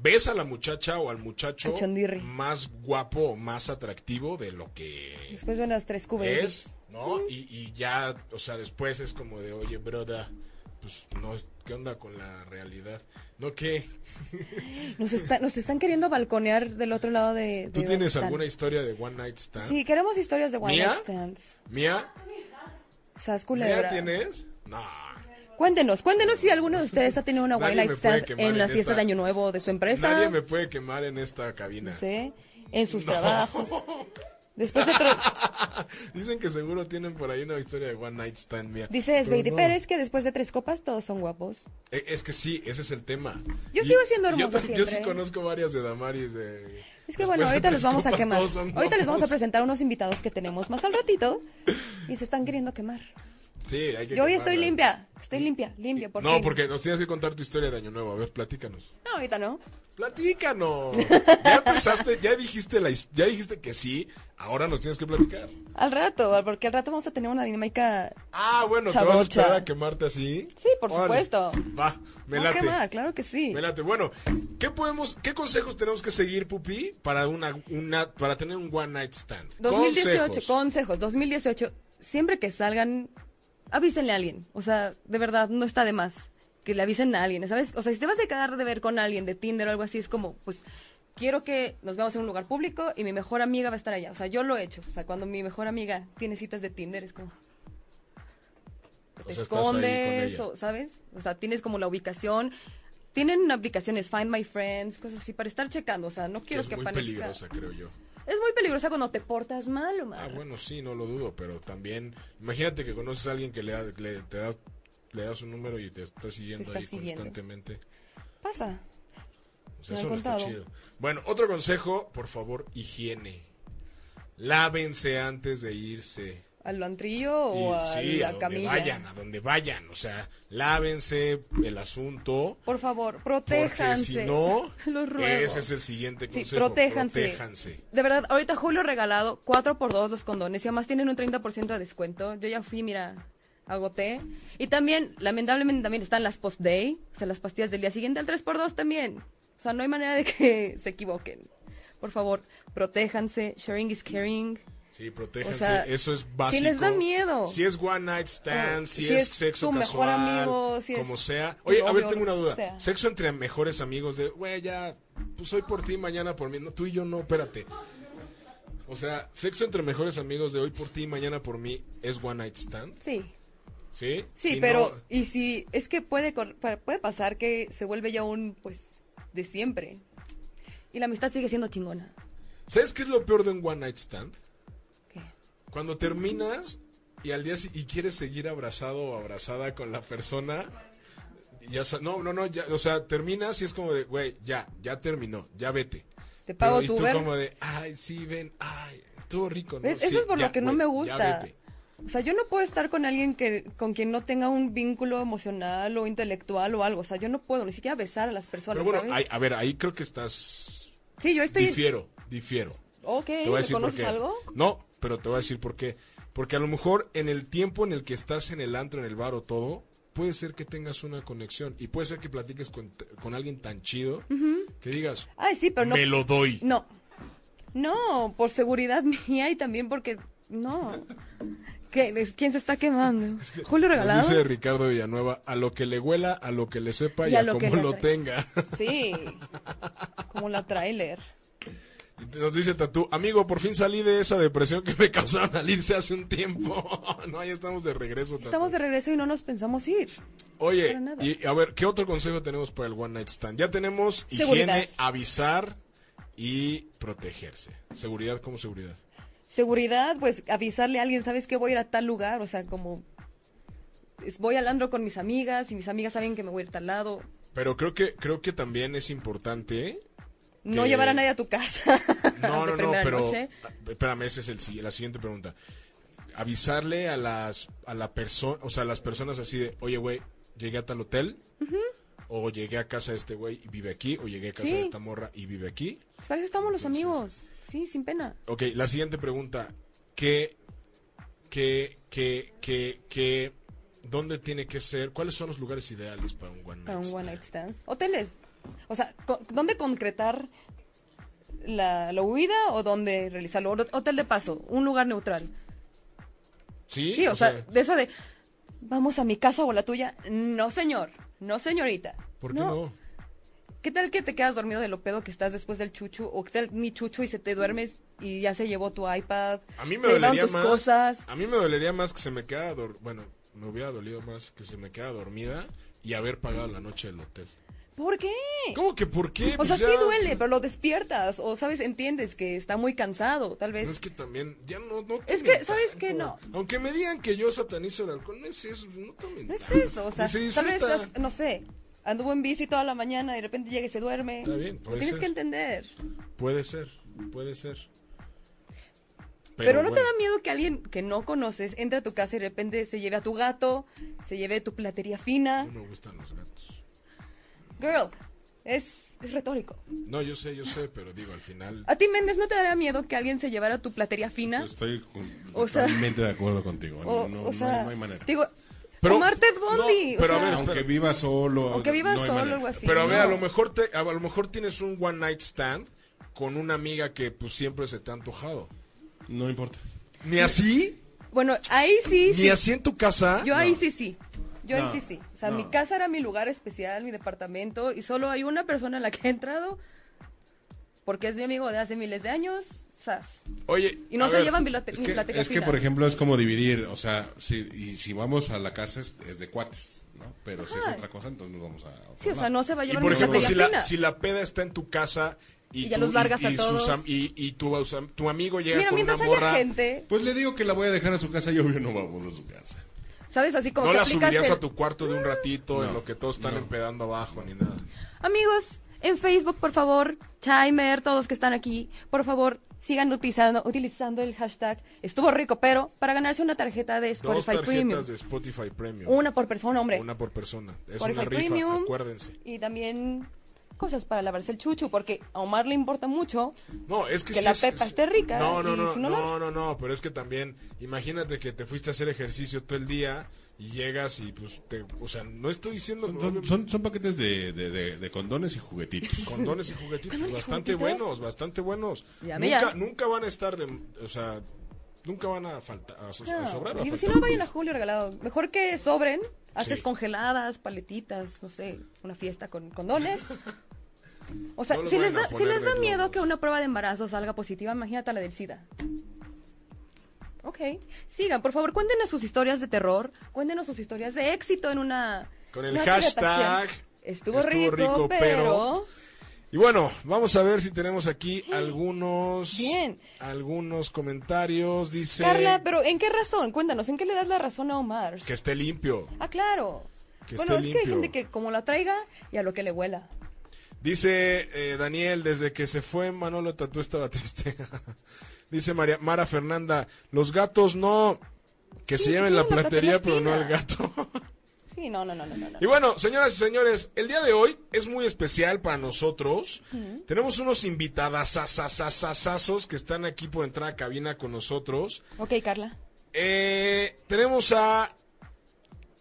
Speaker 2: ves a la muchacha o al muchacho
Speaker 3: Al chondirri.
Speaker 2: más guapo o más atractivo de lo que
Speaker 3: Después de unas tres
Speaker 2: es,
Speaker 3: cubetas.
Speaker 2: ¿no? Y, y ya, o sea, después es como de, oye, broda, pues no, es- ¿qué onda con la realidad? No, que
Speaker 3: Nos, está- nos están queriendo balconear del otro lado de...
Speaker 2: ¿Tú
Speaker 3: de
Speaker 2: tienes
Speaker 3: donde
Speaker 2: alguna
Speaker 3: están.
Speaker 2: historia de One Night Stand?
Speaker 3: Sí, queremos historias de wine
Speaker 2: ¿Mía?
Speaker 3: night stands.
Speaker 2: ¿Mía?
Speaker 3: Sas
Speaker 2: ¿Mía
Speaker 3: culebra.
Speaker 2: tienes? No.
Speaker 3: Cuéntenos, cuéntenos si alguno de ustedes ha tenido una
Speaker 2: Nadie
Speaker 3: wine
Speaker 2: me
Speaker 3: night
Speaker 2: puede
Speaker 3: stand
Speaker 2: quemar
Speaker 3: en la
Speaker 2: en
Speaker 3: fiesta
Speaker 2: esta.
Speaker 3: de Año Nuevo de su empresa.
Speaker 2: Nadie me puede quemar en esta cabina.
Speaker 3: no sé, en sus trabajos. Después de tre-
Speaker 2: Dicen que seguro tienen por ahí una historia de One Night Stand mía.
Speaker 3: dice
Speaker 2: Pero
Speaker 3: Sveidi
Speaker 2: no.
Speaker 3: Pérez que después de tres copas todos son guapos.
Speaker 2: E- Es que sí, ese es el tema.
Speaker 3: Yo sigo siendo
Speaker 2: yo
Speaker 3: hermosa
Speaker 2: tam- Yo, sí
Speaker 3: siempre. ¿eh?
Speaker 2: conozco varias de Damaris. de-
Speaker 3: Es que
Speaker 2: después
Speaker 3: bueno,
Speaker 2: de
Speaker 3: ahorita
Speaker 2: tres
Speaker 3: los vamos a
Speaker 2: copas,
Speaker 3: quemar.
Speaker 2: todos son
Speaker 3: Ahorita les vamos a
Speaker 2: guapos.
Speaker 3: presentar unos invitados que tenemos más al ratito y se están queriendo quemar.
Speaker 2: Sí, hay que
Speaker 3: Yo hoy
Speaker 2: quemarla.
Speaker 3: estoy limpia, estoy limpia, limpia, por
Speaker 2: no,
Speaker 3: fin.
Speaker 2: porque nos tienes que contar tu historia de Año Nuevo. A ver, platícanos.
Speaker 3: No, ahorita no.
Speaker 2: Platícanos. ya empezaste, ya dijiste, la, his- ya dijiste que sí. Ahora nos tienes que platicar.
Speaker 3: Al rato, porque al rato vamos a tener una dinámica...
Speaker 2: Ah, bueno, te vas a esperar
Speaker 3: Chavocha.
Speaker 2: a quemarte así.
Speaker 3: Sí, por supuesto.
Speaker 2: Va, me
Speaker 3: No,
Speaker 2: late.
Speaker 3: ¿qué más? Claro que sí.
Speaker 2: Me late. Bueno, ¿qué podemos, qué consejos tenemos que seguir, Pupi, para una, una, para tener un one night stand?
Speaker 3: 2018, consejos.
Speaker 2: Consejos.
Speaker 3: 2018, siempre que salgan, avísenle a alguien. O sea, de verdad, no está de más que le avisen a alguien, ¿sabes? O sea, si te vas a quedar de ver con alguien de Tinder o algo así, es como, pues, quiero que nos veamos en un lugar público y mi mejor amiga va a estar allá. O sea, yo lo he hecho. O sea, cuando mi mejor amiga tiene citas de Tinder, es como... Te
Speaker 2: sea, estás ahí con
Speaker 3: escondes,
Speaker 2: ella.
Speaker 3: o, ¿sabes? O sea, tienes como la ubicación. Tienen aplicaciones Find My Friends, cosas así, para estar checando. O sea, no
Speaker 2: Que
Speaker 3: quiero
Speaker 2: es
Speaker 3: que,
Speaker 2: muy
Speaker 3: aparezca.
Speaker 2: peligrosa, creo yo.
Speaker 3: Es muy peligrosa cuando te portas mal, Omar.
Speaker 2: Ah, bueno, sí, no lo dudo, pero también, imagínate que conoces a alguien que le, da- le- te das, le das un número y te está siguiendo
Speaker 3: Te está
Speaker 2: ahí
Speaker 3: siguiendo.
Speaker 2: constantemente.
Speaker 3: Pasa.
Speaker 2: O sea,
Speaker 3: Me
Speaker 2: eso
Speaker 3: han
Speaker 2: no está
Speaker 3: contado.
Speaker 2: chido. Bueno, otro consejo, por favor, higiene. Lávense antes de irse.
Speaker 3: Al antrillo o
Speaker 2: Y
Speaker 3: a
Speaker 2: sí,
Speaker 3: la
Speaker 2: a donde
Speaker 3: camilla.
Speaker 2: vayan, a donde vayan, o sea, lávense el asunto.
Speaker 3: Por favor,
Speaker 2: Porque
Speaker 3: protéjanse.
Speaker 2: si no,
Speaker 3: Los ruego.
Speaker 2: ese es el siguiente
Speaker 3: Sí,
Speaker 2: consejo.
Speaker 3: protéjanse.
Speaker 2: protéjanse.
Speaker 3: De verdad, ahorita Julio regalado 4x2 los condones y además tienen un 30% de descuento. Yo ya fui, mira, agoté. Y también, lamentablemente, también están las post-day, o sea, las pastillas del día siguiente al 3x2 también. O sea, no hay manera de que se equivoquen. Por favor, protéjanse. Sharing is caring.
Speaker 2: Sí, protéjanse.
Speaker 3: O sea,
Speaker 2: Eso es
Speaker 3: si
Speaker 2: básico.
Speaker 3: les da miedo.
Speaker 2: Si es one night stand,
Speaker 3: Ah,
Speaker 2: si,
Speaker 3: si
Speaker 2: es,
Speaker 3: es
Speaker 2: sexo
Speaker 3: tu mejor
Speaker 2: casual,
Speaker 3: amigo, si es
Speaker 2: como sea.
Speaker 3: tu
Speaker 2: Oye, a ver,
Speaker 3: novio,
Speaker 2: tengo una
Speaker 3: lo que
Speaker 2: duda.
Speaker 3: sea.
Speaker 2: Sexo entre mejores amigos de, güey, ya, pues hoy por ti, mañana por mí. No, tú y yo no, espérate. O sea, sexo entre mejores amigos de hoy por ti, mañana por mí, es one night stand,
Speaker 3: Sí,
Speaker 2: ¿sí?
Speaker 3: Sí,
Speaker 2: Si
Speaker 3: pero
Speaker 2: no-
Speaker 3: y si es que puede cor- pa- puede pasar que se vuelve ya un pues de siempre. Y la amistad sigue siendo chingona.
Speaker 2: ¿Sabes qué es lo peor de un one night stand?
Speaker 3: ¿Qué?
Speaker 2: Cuando terminas y al día si- y quieres seguir abrazado o abrazada con la persona, ya sa- no, no, no, ya, o sea, terminas y es como de, güey, ya, ya terminó, ya vete.
Speaker 3: Te pago
Speaker 2: y
Speaker 3: tu
Speaker 2: tú
Speaker 3: Uber.
Speaker 2: como de, ay, sí, ven, ay, estuvo rico, ¿no?
Speaker 3: ¿Ves?
Speaker 2: Sí,
Speaker 3: Eso es por
Speaker 2: ya,
Speaker 3: lo que no
Speaker 2: güey,
Speaker 3: me
Speaker 2: ya
Speaker 3: gusta.
Speaker 2: vete".
Speaker 3: O sea, yo no puedo estar con alguien que con quien no tenga un vínculo emocional o intelectual o algo, o sea, yo no puedo ni siquiera besar a las personas,
Speaker 2: Pero bueno,
Speaker 3: ¿sabes?
Speaker 2: ahí- a ver, ahí creo que estás,
Speaker 3: Sí, yo estoy
Speaker 2: difiero, difiero.
Speaker 3: Ok,
Speaker 2: Te voy a
Speaker 3: ¿me
Speaker 2: decir por
Speaker 3: conoces
Speaker 2: qué.
Speaker 3: algo?
Speaker 2: No, pero te voy a decir por qué. Porque a lo mejor en el tiempo en el que estás en el antro, en el bar o todo, puede ser que tengas una conexión y puede ser que platiques con, con alguien tan chido que digas,
Speaker 3: Ay, sí, pero no
Speaker 2: me lo doy.
Speaker 3: No. No, por seguridad mía y también porque no. ¿Qué- es- ¿Quién se está quemando? Julio
Speaker 2: Nos
Speaker 3: regalado.
Speaker 2: dice Ricardo Villanueva, a lo que le huela, a lo que le sepa y,
Speaker 3: Y a
Speaker 2: a,
Speaker 3: lo que
Speaker 2: como
Speaker 3: le
Speaker 2: lo
Speaker 3: atrae".
Speaker 2: tenga.
Speaker 3: Sí. Como la trailer.
Speaker 2: Y Nos dice Tatú, amigo, por fin salí de esa depresión que me causaban al irse hace un tiempo. no, ya estamos de regreso. Tatú.
Speaker 3: Estamos de regreso y no nos pensamos ir.
Speaker 2: Oye,
Speaker 3: Para nada.
Speaker 2: y a ver, ¿qué otro consejo tenemos para el One Night Stand? Ya tenemos
Speaker 3: Seguridad.
Speaker 2: higiene, avisar y protegerse. Seguridad como seguridad.
Speaker 3: Seguridad, pues avisarle a alguien, ¿sabes que Voy a ir a tal lugar, o sea, como... es- Voy al andro con mis amigas y mis amigas saben que me voy a ir a tal lado.
Speaker 2: Pero creo que, creo que también es importante.
Speaker 3: No
Speaker 2: Que-
Speaker 3: llevar a nadie a tu casa.
Speaker 2: No, no,
Speaker 3: de
Speaker 2: no,
Speaker 3: primera
Speaker 2: pero.
Speaker 3: noche.
Speaker 2: ah, Espérame, esa es el, si- la siguiente pregunta. Avisarle a las a la persona, o sea, a las personas así de, oye, güey, llegué a tal hotel. O llegué a casa de este güey y vive aquí. O llegué a casa
Speaker 3: Sí.
Speaker 2: de esta morra y vive aquí.
Speaker 3: Para eso estamos los amigos. Sí, sin pena.
Speaker 2: Ok, la siguiente pregunta. ¿Qué, qué, qué, qué, qué, dónde tiene que ser? ¿Cuáles son los lugares ideales para un one night
Speaker 3: Para un one night
Speaker 2: stand?
Speaker 3: stand. Hoteles. O sea, co- ¿dónde concretar la, la huida o dónde realizarlo? Hot- Hotel de paso, un lugar neutral.
Speaker 2: Sí,
Speaker 3: Sí, o, sea, de eso de vamos a mi casa o a la tuya. No, señor. No, señorita.
Speaker 2: ¿por qué no?
Speaker 3: ¿Qué tal que te quedas dormido de lo pedo que estás después del chuchu? ¿O qué tal ni chuchu y se te duermes y ya se llevó tu iPad?
Speaker 2: A mí me
Speaker 3: se llevaron
Speaker 2: dolería
Speaker 3: tus
Speaker 2: más.
Speaker 3: cosas.
Speaker 2: A mí me dolería más que se me quedara dor- bueno, me hubiera dolido más que se me quedara dormida y haber pagado la noche del hotel.
Speaker 3: ¿Por qué?
Speaker 2: ¿Cómo que por qué?
Speaker 3: O
Speaker 2: Pues
Speaker 3: sea, sí
Speaker 2: ya-
Speaker 3: duele, pero lo despiertas. O, ¿sabes? Entiendes que está muy cansado, tal vez.
Speaker 2: No es que también, ya no, no
Speaker 3: Es
Speaker 2: tomen
Speaker 3: que, ¿sabes
Speaker 2: tanto.
Speaker 3: qué? No.
Speaker 2: Aunque me digan que yo satanizo el alcohol, no es eso, no tomen
Speaker 3: No es
Speaker 2: tanto.
Speaker 3: eso, o sea,
Speaker 2: Y se
Speaker 3: tal vez,
Speaker 2: disfruta.
Speaker 3: no sé, anduvo en bici toda la mañana y de repente llega y se duerme.
Speaker 2: Está bien, puede
Speaker 3: Lo tienes
Speaker 2: ser.
Speaker 3: que entender.
Speaker 2: Puede ser, puede ser.
Speaker 3: Pero, no te
Speaker 2: bueno.
Speaker 3: da miedo que alguien que no conoces entre a tu casa y de repente se lleve a tu gato, se lleve tu platería fina.
Speaker 2: No me gustan los gatos.
Speaker 3: Girl, es, es retórico.
Speaker 2: No, yo sé, yo sé, pero digo, al final.
Speaker 3: A ti, Méndez, ¿no te daría miedo que alguien se llevara tu platería fina?
Speaker 4: Yo estoy con-
Speaker 3: ¿Ah? O sea-
Speaker 4: totalmente de acuerdo contigo. Pues, No,
Speaker 3: o,
Speaker 4: no,
Speaker 3: o
Speaker 4: no hay-
Speaker 3: sea,
Speaker 4: no hay manera.
Speaker 3: Digo,
Speaker 2: Pero-
Speaker 3: tomar Ted Bundy.
Speaker 2: no, pero
Speaker 3: o
Speaker 2: a
Speaker 3: sea,
Speaker 2: ver,
Speaker 4: Aunque viva solo.
Speaker 3: aunque vivas
Speaker 4: no hay
Speaker 3: solo o
Speaker 4: manera.
Speaker 3: algo así.
Speaker 2: pero a ver, a
Speaker 3: ¿no?
Speaker 2: lo mejor te, a lo mejor tienes un one night stand con una amiga que pues siempre se te ha antojado.
Speaker 4: No importa.
Speaker 2: Ni así,
Speaker 3: Bueno, ahí sí,
Speaker 2: ni
Speaker 3: sí.
Speaker 2: así en tu casa.
Speaker 3: Yo ahí sí, sí. Yo
Speaker 4: No,
Speaker 3: ahí sí, sí. O sea,
Speaker 4: no.
Speaker 3: mi casa era mi lugar especial, mi departamento, y solo hay una persona a la que he entrado, porque es mi amigo de hace miles de años, sas.
Speaker 2: Oye,
Speaker 3: Y no
Speaker 2: a
Speaker 3: se
Speaker 2: ver,
Speaker 3: llevan mi late-
Speaker 4: Es
Speaker 3: mi
Speaker 4: que,
Speaker 3: platería
Speaker 4: es que,
Speaker 3: fina.
Speaker 4: por ejemplo, es como dividir. O sea, si, y si vamos a la casa es, es de cuates, ¿no? Pero si es
Speaker 3: Ajá.
Speaker 4: otra cosa, entonces nos vamos a. otro
Speaker 3: Sí, o sea,
Speaker 4: lado.
Speaker 3: no se va a
Speaker 2: Y
Speaker 3: llevar
Speaker 2: por
Speaker 3: mi
Speaker 2: ejemplo,
Speaker 3: platería
Speaker 2: si la,
Speaker 3: fina.
Speaker 2: si la peda está en tu casa y,
Speaker 3: Y ya
Speaker 2: tú-
Speaker 3: los largas a
Speaker 2: sus
Speaker 3: todos.
Speaker 2: am- y- y tu, aus- tu amigo llega
Speaker 3: Mira,
Speaker 2: con una
Speaker 3: mientras haya
Speaker 2: morra,
Speaker 3: gente,
Speaker 4: Pues le digo que la voy a dejar a su casa y obvio no vamos a su casa.
Speaker 3: ¿sabes? Así como
Speaker 2: no
Speaker 3: que
Speaker 2: la
Speaker 3: aplicas
Speaker 2: subirías
Speaker 3: el-
Speaker 2: a tu cuarto de un ratito en lo que todos están empedando abajo ni nada.
Speaker 3: Amigos, en Facebook, por favor, Chimer, todos que están aquí, por favor, sigan utilizando, utilizando el hashtag Estuvo Rico Pero para ganarse una tarjeta de
Speaker 2: Dos
Speaker 3: Spotify
Speaker 2: tarjetas
Speaker 3: Premium.
Speaker 2: de Spotify Premium.
Speaker 3: Una por persona, hombre.
Speaker 2: Una por persona. Es
Speaker 3: Spotify
Speaker 2: una rifa,
Speaker 3: Premium.
Speaker 2: acuérdense.
Speaker 3: Y también cosas para lavarse el chuchu, porque a Omar le importa mucho.
Speaker 2: No, es que,
Speaker 3: Que
Speaker 2: sí
Speaker 3: la
Speaker 2: es-
Speaker 3: pepa
Speaker 2: es-
Speaker 3: esté rica
Speaker 2: No, no,
Speaker 3: y
Speaker 2: no,
Speaker 3: sin
Speaker 2: no,
Speaker 3: olor.
Speaker 2: no, no, pero es que también, imagínate que te fuiste a hacer ejercicio todo el día y llegas y pues te, o sea, no estoy diciendo
Speaker 4: Son, son- son paquetes de, de- de- de condones y juguetitos.
Speaker 2: condones y juguetitos
Speaker 3: Condones y
Speaker 2: bastante
Speaker 3: juguetitos.
Speaker 2: buenos, bastante buenos. nunca,
Speaker 3: Ya, mira.
Speaker 2: nunca van a estar de, o sea, nunca van a faltar, a, so- a
Speaker 3: No,
Speaker 2: sobrar. Pues o a
Speaker 3: y si
Speaker 2: faltar.
Speaker 3: no, vayan a Julio Regalado. Mejor que sobren, haces
Speaker 2: Sí.
Speaker 3: congeladas, paletitas, no sé, una fiesta con condones. O sea,
Speaker 2: No los
Speaker 3: si, les
Speaker 2: vayan a
Speaker 3: da, si
Speaker 2: poner
Speaker 3: les da
Speaker 2: de
Speaker 3: miedo
Speaker 2: globos.
Speaker 3: que una prueba de embarazo salga positiva, imagínate la del SIDA. Ok, sigan, por favor, cuéntenos sus historias de terror, cuéntenos sus historias de éxito en una...
Speaker 2: Con el
Speaker 3: una
Speaker 2: hashtag,
Speaker 3: subrogación. Estuvo,
Speaker 2: estuvo
Speaker 3: rico,
Speaker 2: rico, pero-
Speaker 3: pero...
Speaker 2: Y bueno, vamos a ver si tenemos aquí algunos
Speaker 3: Bien.
Speaker 2: algunos comentarios. Dice
Speaker 3: Carla, pero ¿en qué razón? Cuéntanos, ¿en qué le das la razón a Omar?
Speaker 2: que esté limpio.
Speaker 3: Ah, claro.
Speaker 2: Que
Speaker 3: bueno,
Speaker 2: esté
Speaker 3: es que hay
Speaker 2: limpio.
Speaker 3: gente que como la traiga y a lo que le huela.
Speaker 2: Dice eh, Daniel, desde que se fue Manolo Tatú estaba triste. Dice María, Mara Fernanda, los gatos no, que se
Speaker 3: que
Speaker 2: lleven
Speaker 3: se
Speaker 2: la
Speaker 3: lleven la
Speaker 2: platería, pero
Speaker 3: platería
Speaker 2: no
Speaker 3: fina.
Speaker 2: al gato.
Speaker 3: Sí, no, no, no, no, no. no.
Speaker 2: y bueno, señoras y señores, el día de hoy es muy especial para nosotros. Tenemos unos invitadasasasasazos que están aquí por entrar a cabina con nosotros.
Speaker 3: Ok, Carla.
Speaker 2: Eh, tenemos a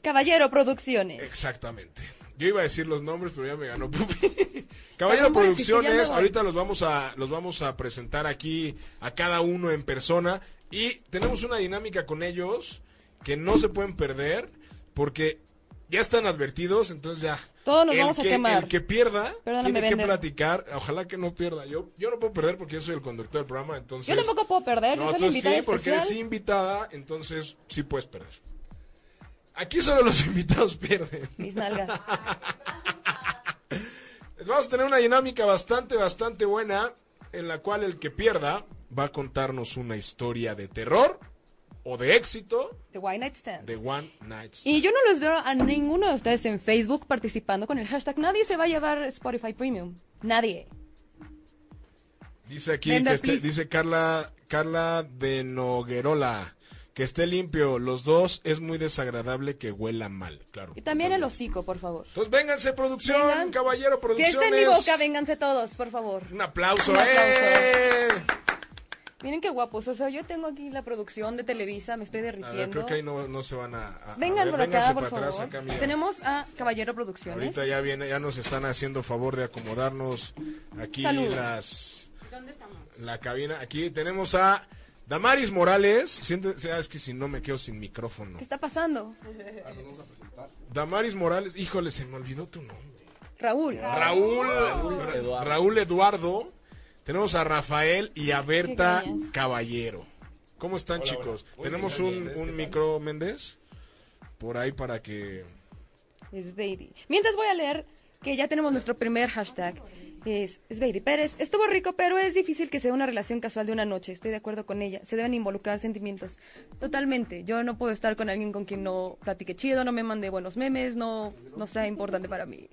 Speaker 3: Caballero Producciones.
Speaker 2: Exactamente. Yo iba a decir los nombres, pero ya me ganó Pupi. Caballero
Speaker 3: Perdón por existir, ya
Speaker 2: Producciones,
Speaker 3: me voy.
Speaker 2: ahorita los vamos a los vamos a presentar aquí a cada uno en persona y tenemos una dinámica con ellos que no se pueden perder porque ya están advertidos, entonces ya.
Speaker 3: Todos nos
Speaker 2: El
Speaker 3: vamos a
Speaker 2: que-
Speaker 3: quemar.
Speaker 2: El que pierda
Speaker 3: Perdóname,
Speaker 2: tiene que
Speaker 3: Bender.
Speaker 2: platicar, ojalá que no pierda. Yo yo no puedo perder porque yo soy el conductor del programa, entonces
Speaker 3: Yo tampoco puedo perder, yo
Speaker 2: Eh, no,
Speaker 3: soy
Speaker 2: tú
Speaker 3: la invitada
Speaker 2: sí, porque
Speaker 3: especial.
Speaker 2: eres invitada, entonces sí puedes perder. Aquí solo los invitados pierden.
Speaker 3: Mis nalgas.
Speaker 2: Vamos a tener una dinámica bastante, bastante buena, en la cual el que pierda va a contarnos una historia de terror o de éxito
Speaker 3: The White Night Stand.
Speaker 2: de One Night Stand.
Speaker 3: Y yo no los veo a ninguno de ustedes en Facebook participando con el hashtag. Nadie se va a llevar Spotify Premium. Nadie.
Speaker 2: Dice aquí,
Speaker 3: Brenda,
Speaker 2: que esté-
Speaker 3: please.
Speaker 2: dice Carla, Carla de Noguerola, que esté limpio. Los dos es muy desagradable que huela mal, claro.
Speaker 3: Y también el hocico, por favor.
Speaker 2: Entonces vénganse producción,
Speaker 3: Vengan.
Speaker 2: caballero producciones.
Speaker 3: Fiesta en mi boca, vénganse todos, por favor.
Speaker 2: Un aplauso,
Speaker 3: Un aplauso.
Speaker 2: ¡eh!
Speaker 3: Miren qué guapos. O sea, yo tengo aquí la producción de Televisa, me estoy
Speaker 2: A ver,
Speaker 3: derritiendo.
Speaker 2: creo que ahí no, no se van a. a- a
Speaker 3: Vengan
Speaker 2: ver,
Speaker 3: por
Speaker 2: vénganse
Speaker 3: acá, por
Speaker 2: para atrás
Speaker 3: favor.
Speaker 2: acá, mira.
Speaker 3: Tenemos a Caballero Producciones.
Speaker 2: Ahorita ya viene, ya nos están haciendo favor de acomodarnos aquí
Speaker 3: Salud.
Speaker 2: las la cabina. Aquí tenemos a Damaris Morales. Siente- sea, es que si no me quedo sin micrófono.
Speaker 3: ¿Qué está pasando?
Speaker 2: Damaris Morales, híjole, se me olvidó tu nombre.
Speaker 3: Raúl.
Speaker 2: Raúl, Ra- Raúl Eduardo. Tenemos a Rafael y a Berta
Speaker 3: Qué greñas.
Speaker 2: Caballero. ¿Cómo están, chicos? Tenemos un, un micro Méndez por ahí para que
Speaker 3: Es Beatty. Mientras voy a leer que ya tenemos nuestro primer hashtag. Es, es Beatty Pérez. Estuvo rico, pero es difícil que sea una relación casual de una noche. Estoy de acuerdo con ella. Se deben involucrar sentimientos. Totalmente. Yo no puedo estar con alguien con quien no platique chido, no me mande buenos memes, no, no sea importante para mí.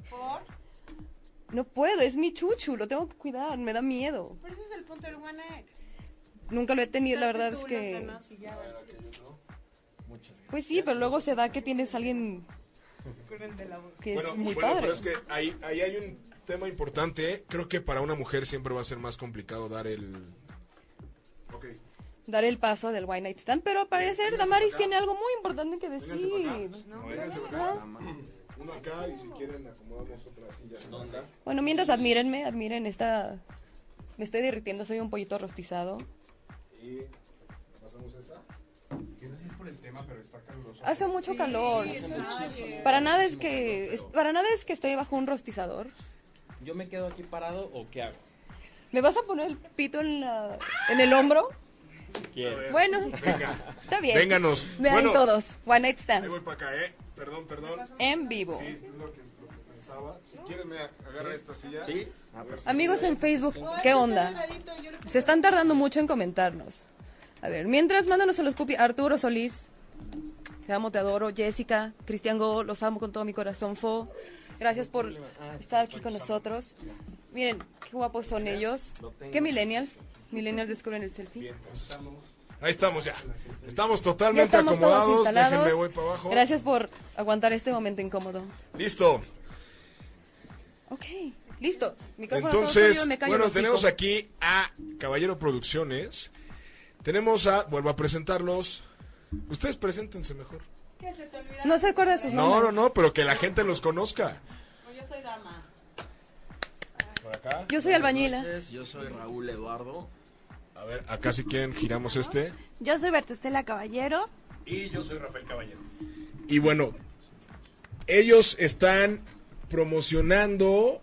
Speaker 3: No puedo, es mi chuchu, lo tengo que cuidar, me da miedo.
Speaker 5: Pero ese es el punto del One Night.
Speaker 3: Nunca lo he tenido, la verdad es que... Pues sí, pero luego se da que tienes a alguien que es
Speaker 2: Bueno,
Speaker 3: muy
Speaker 2: bueno,
Speaker 3: padre.
Speaker 2: pero es que ahí, ahí hay un tema importante. ¿eh? Creo que para una mujer siempre va a ser más complicado dar el...
Speaker 3: Dar el paso del White Night Stand, pero al parecer Damaris tiene algo muy importante que decir.
Speaker 2: Uno acá y si quieren acomodamos otra silla.
Speaker 3: Bueno, mientras admírenme, admiren esta... Me estoy derritiendo, soy un pollito rostizado.
Speaker 5: Que no sé si es por el tema, pero está caluroso.
Speaker 3: Hace mucho calor. Para nada es que es- para nada es que estoy bajo un rostizador.
Speaker 6: ¿Yo me quedo aquí parado o qué hago?
Speaker 3: ¿Me vas a poner el pito en la en el hombro?
Speaker 6: Si quieres.
Speaker 3: Bueno,
Speaker 2: Venga,
Speaker 3: está bien.
Speaker 2: Vénganos.
Speaker 3: Vean
Speaker 2: Bueno.
Speaker 3: todos. One Night
Speaker 2: ahí
Speaker 3: Stand
Speaker 2: voy para acá, ¿eh? Perdón, perdón.
Speaker 3: en vivo.
Speaker 2: Sí, es lo que, lo que pensaba. Si quieren, me agarra esta silla.
Speaker 6: ¿Sí? Ah, perfecto.
Speaker 3: Amigos en Facebook, ¿qué onda? Se están tardando mucho en comentarnos. A ver, mientras mándanos a los pupi Arturo Solís. Te amo, te adoro. Jessica, Cristian Go, los amo con todo mi corazón. Fo, gracias por estar aquí con nosotros. Miren, qué guapos son ellos. ¿Qué millennials? Millennials descubren el selfie.
Speaker 2: Ahí estamos ya. Estamos
Speaker 3: Ya
Speaker 2: totalmente
Speaker 3: estamos todos
Speaker 2: acomodados. Déjenme,
Speaker 3: instalados.
Speaker 2: voy para abajo.
Speaker 3: Gracias por aguantar este momento incómodo.
Speaker 2: Listo.
Speaker 3: Ok, listo. Micrófono todo
Speaker 2: Entonces,
Speaker 3: suyo, me callo
Speaker 2: bueno,
Speaker 3: el hocico.
Speaker 2: tenemos aquí a Caballero Producciones. Tenemos a, vuelvo a presentarlos. Ustedes preséntense mejor.
Speaker 3: No se acuerda de sus
Speaker 2: No,
Speaker 3: nombres.
Speaker 2: no, no, pero que la gente los conozca.
Speaker 7: Yo soy dama.
Speaker 3: Yo soy albañila.
Speaker 6: Yo soy Raúl Eduardo.
Speaker 2: A ver, acá si quieren giramos este.
Speaker 8: Yo soy Bertestela Caballero.
Speaker 5: Y yo soy Rafael Caballero.
Speaker 2: Y bueno, ellos están promocionando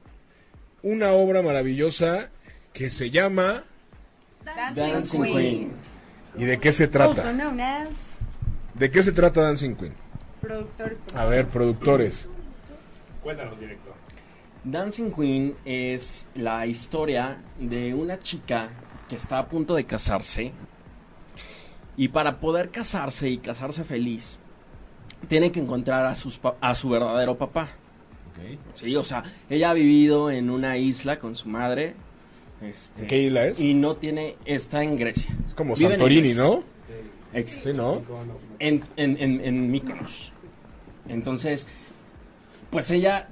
Speaker 2: una obra maravillosa que se llama
Speaker 6: Dancing Queen.
Speaker 2: ¿Y de qué se
Speaker 7: Also
Speaker 2: trata?
Speaker 7: known as
Speaker 2: ¿De qué se trata Dancing Queen?
Speaker 7: productor.
Speaker 2: A ver, productores.
Speaker 5: Cuéntanos, director.
Speaker 6: Dancing Queen es la historia de una chica que está a punto de casarse y para poder casarse y casarse feliz tiene que encontrar a, sus pa- a su verdadero papá. Sí, o sea, ella ha vivido en una isla con su madre. este,
Speaker 2: ¿En qué isla es?
Speaker 6: Y no tiene, está en Grecia.
Speaker 2: Es como
Speaker 6: Vive en
Speaker 2: Santorini,
Speaker 6: Grecia.
Speaker 2: ¿no?
Speaker 6: Exacto.
Speaker 2: Sí, ¿no?
Speaker 6: en, en, en, en Mykonos. Entonces, pues ella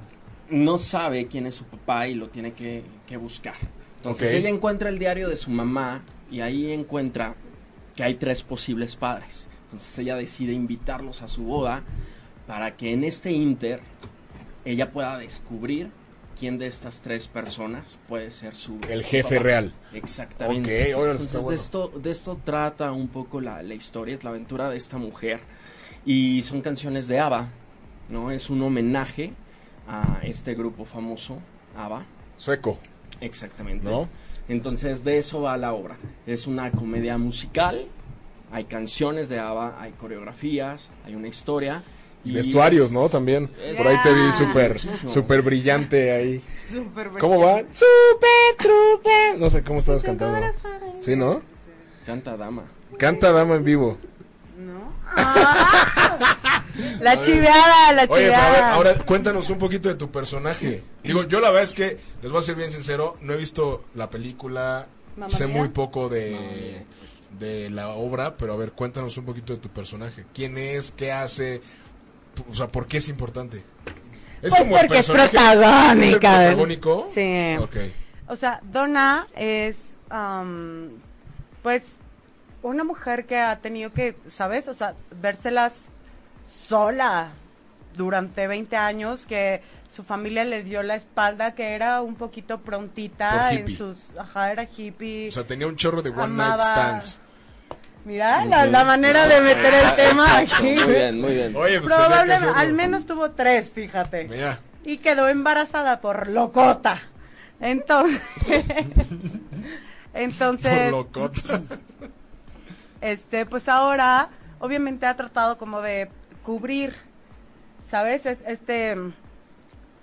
Speaker 6: no sabe quién es su papá y lo tiene que, que buscar. Entonces
Speaker 2: Ok.
Speaker 6: ella encuentra el diario de su mamá y ahí encuentra que hay tres posibles padres. Entonces ella decide invitarlos a su boda para que en este inter ella pueda descubrir quién de estas tres personas puede ser su
Speaker 2: El jefe
Speaker 6: papá.
Speaker 2: real.
Speaker 6: Exactamente.
Speaker 2: Ok, órale,
Speaker 6: Entonces,
Speaker 2: está bueno.
Speaker 6: de, esto, de esto trata un poco la, la historia, es la aventura de esta mujer. Y son canciones de ABBA, ¿no? Es un homenaje a este grupo famoso, ABBA.
Speaker 2: Sueco,
Speaker 6: Exactamente.
Speaker 2: ¿no?
Speaker 6: Entonces, de eso va la obra. Es una comedia musical, hay canciones de ABBA, hay coreografías, hay una historia.
Speaker 2: Y Eh, vestuarios,
Speaker 6: es-
Speaker 2: ¿no? También.
Speaker 6: es-
Speaker 2: Por ahí te vi
Speaker 6: Ah,
Speaker 2: súper,
Speaker 6: muchísimo.
Speaker 2: súper brillante ahí. ¿Cómo va? Super trooper. No sé cómo estabas cantando. ¿Sí, no?
Speaker 6: Canta dama.
Speaker 2: Canta dama en vivo.
Speaker 7: La chiveada, la
Speaker 2: Oye, pero a ver,
Speaker 7: chiveada.
Speaker 2: ahora cuéntanos un poquito de tu personaje. Digo, yo la verdad es que, les voy a ser bien sincero, no he visto la película,
Speaker 3: Mamma
Speaker 2: sé
Speaker 3: Mía.
Speaker 2: muy poco de, de la obra, pero a ver, cuéntanos un poquito de tu personaje. ¿Quién es? ¿Qué hace? P- O sea, ¿por qué es importante? Es
Speaker 7: Pues
Speaker 2: el
Speaker 7: porque es
Speaker 2: personaje- ¿Es el
Speaker 7: protagónica.
Speaker 2: protagónico?
Speaker 7: Sí.
Speaker 2: Ok.
Speaker 7: O sea, Donna es, am, pues, una mujer que ha tenido que, ¿sabes? O sea, vérselas sola durante 20 años, que su familia le dio la espalda, que era un poquito prontita
Speaker 2: Por
Speaker 7: en
Speaker 2: hippie.
Speaker 7: sus... Ajá, era hippie.
Speaker 2: O sea, tenía un chorro de one night
Speaker 7: Amaba-
Speaker 2: stands.
Speaker 7: Mira, Ah, la, la manera de meter el tema aquí.
Speaker 6: Muy bien, muy bien.
Speaker 2: Oye, pues tenía que
Speaker 7: Probablemente,
Speaker 2: hacerlo.
Speaker 7: al menos tuvo tres, fíjate.
Speaker 2: Mira,
Speaker 7: y quedó embarazada por locota. Entonces,
Speaker 2: por
Speaker 7: entonces,
Speaker 2: locota.
Speaker 7: este, pues ahora, obviamente ha tratado como de cubrir, ¿sabes? Es- este,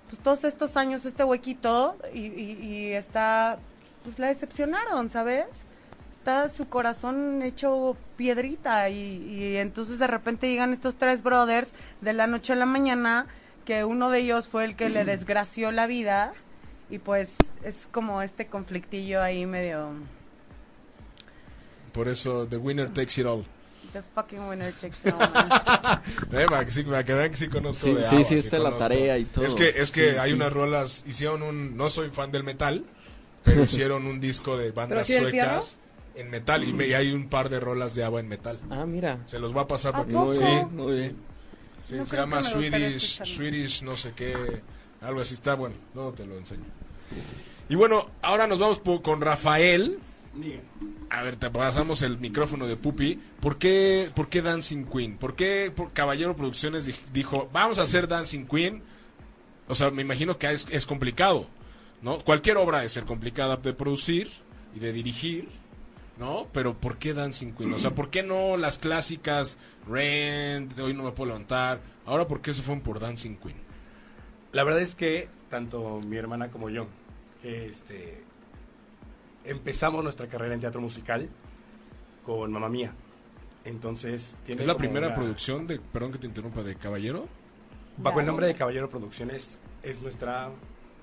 Speaker 7: pues todos estos años, este huequito, y, y- y está, pues la decepcionaron, ¿sabes? Está su corazón hecho piedrita y, y entonces de repente llegan estos tres brothers de la noche a la mañana, que uno de ellos fue el que le desgració la vida y pues es como este conflictillo ahí medio...
Speaker 2: Por eso, The Winner Takes It All.
Speaker 7: The fucking winner takes it all, man.
Speaker 2: Eh, para, que sí, para que vean que sí conozco
Speaker 6: Sí,
Speaker 2: de
Speaker 6: sí,
Speaker 2: ABBA,
Speaker 6: sí, está la
Speaker 2: conozco.
Speaker 6: tarea y todo.
Speaker 2: Es que, es que
Speaker 6: Sí,
Speaker 2: hay
Speaker 6: sí.
Speaker 2: unas rolas, hicieron un, no soy fan del metal, pero hicieron un disco de bandas
Speaker 3: sí del
Speaker 2: suecas en metal y, me- y hay un par de rolas de agua en metal.
Speaker 6: Ah, mira.
Speaker 2: Se los voy a pasar
Speaker 7: ¿A
Speaker 2: porque
Speaker 7: poco?
Speaker 6: Muy
Speaker 2: sí,
Speaker 6: bien, muy bien.
Speaker 2: sí,
Speaker 7: No
Speaker 2: se
Speaker 7: creo
Speaker 2: llama
Speaker 7: que me gustaría
Speaker 2: Swedish,
Speaker 7: escucharlo.
Speaker 2: Swedish no sé qué, algo así está, bueno, luego te lo enseño. Y bueno, ahora nos vamos po- con Rafael. A ver, te pasamos el micrófono de Pupi. ¿Por qué, por qué Dancing Queen? ¿Por qué por- Caballero Producciones dij- dijo, vamos a hacer Dancing Queen? O sea, me imagino que es, es complicado, ¿no? Cualquier obra es ser complicada de producir y de dirigir, ¿no? Pero ¿por qué Dancing Queen? O sea, ¿por qué no las clásicas Rent, Hoy no me puedo levantar? Ahora, ¿por qué se fueron por Dancing Queen?
Speaker 5: La verdad es que tanto mi hermana como yo este, empezamos nuestra carrera en teatro musical con Mamá Mía. Entonces, tiene
Speaker 2: ¿Es la
Speaker 5: como
Speaker 2: primera
Speaker 5: una-
Speaker 2: producción de, perdón que te interrumpa, de Caballero?
Speaker 5: Bajo el nombre de Caballero Producciones es nuestra,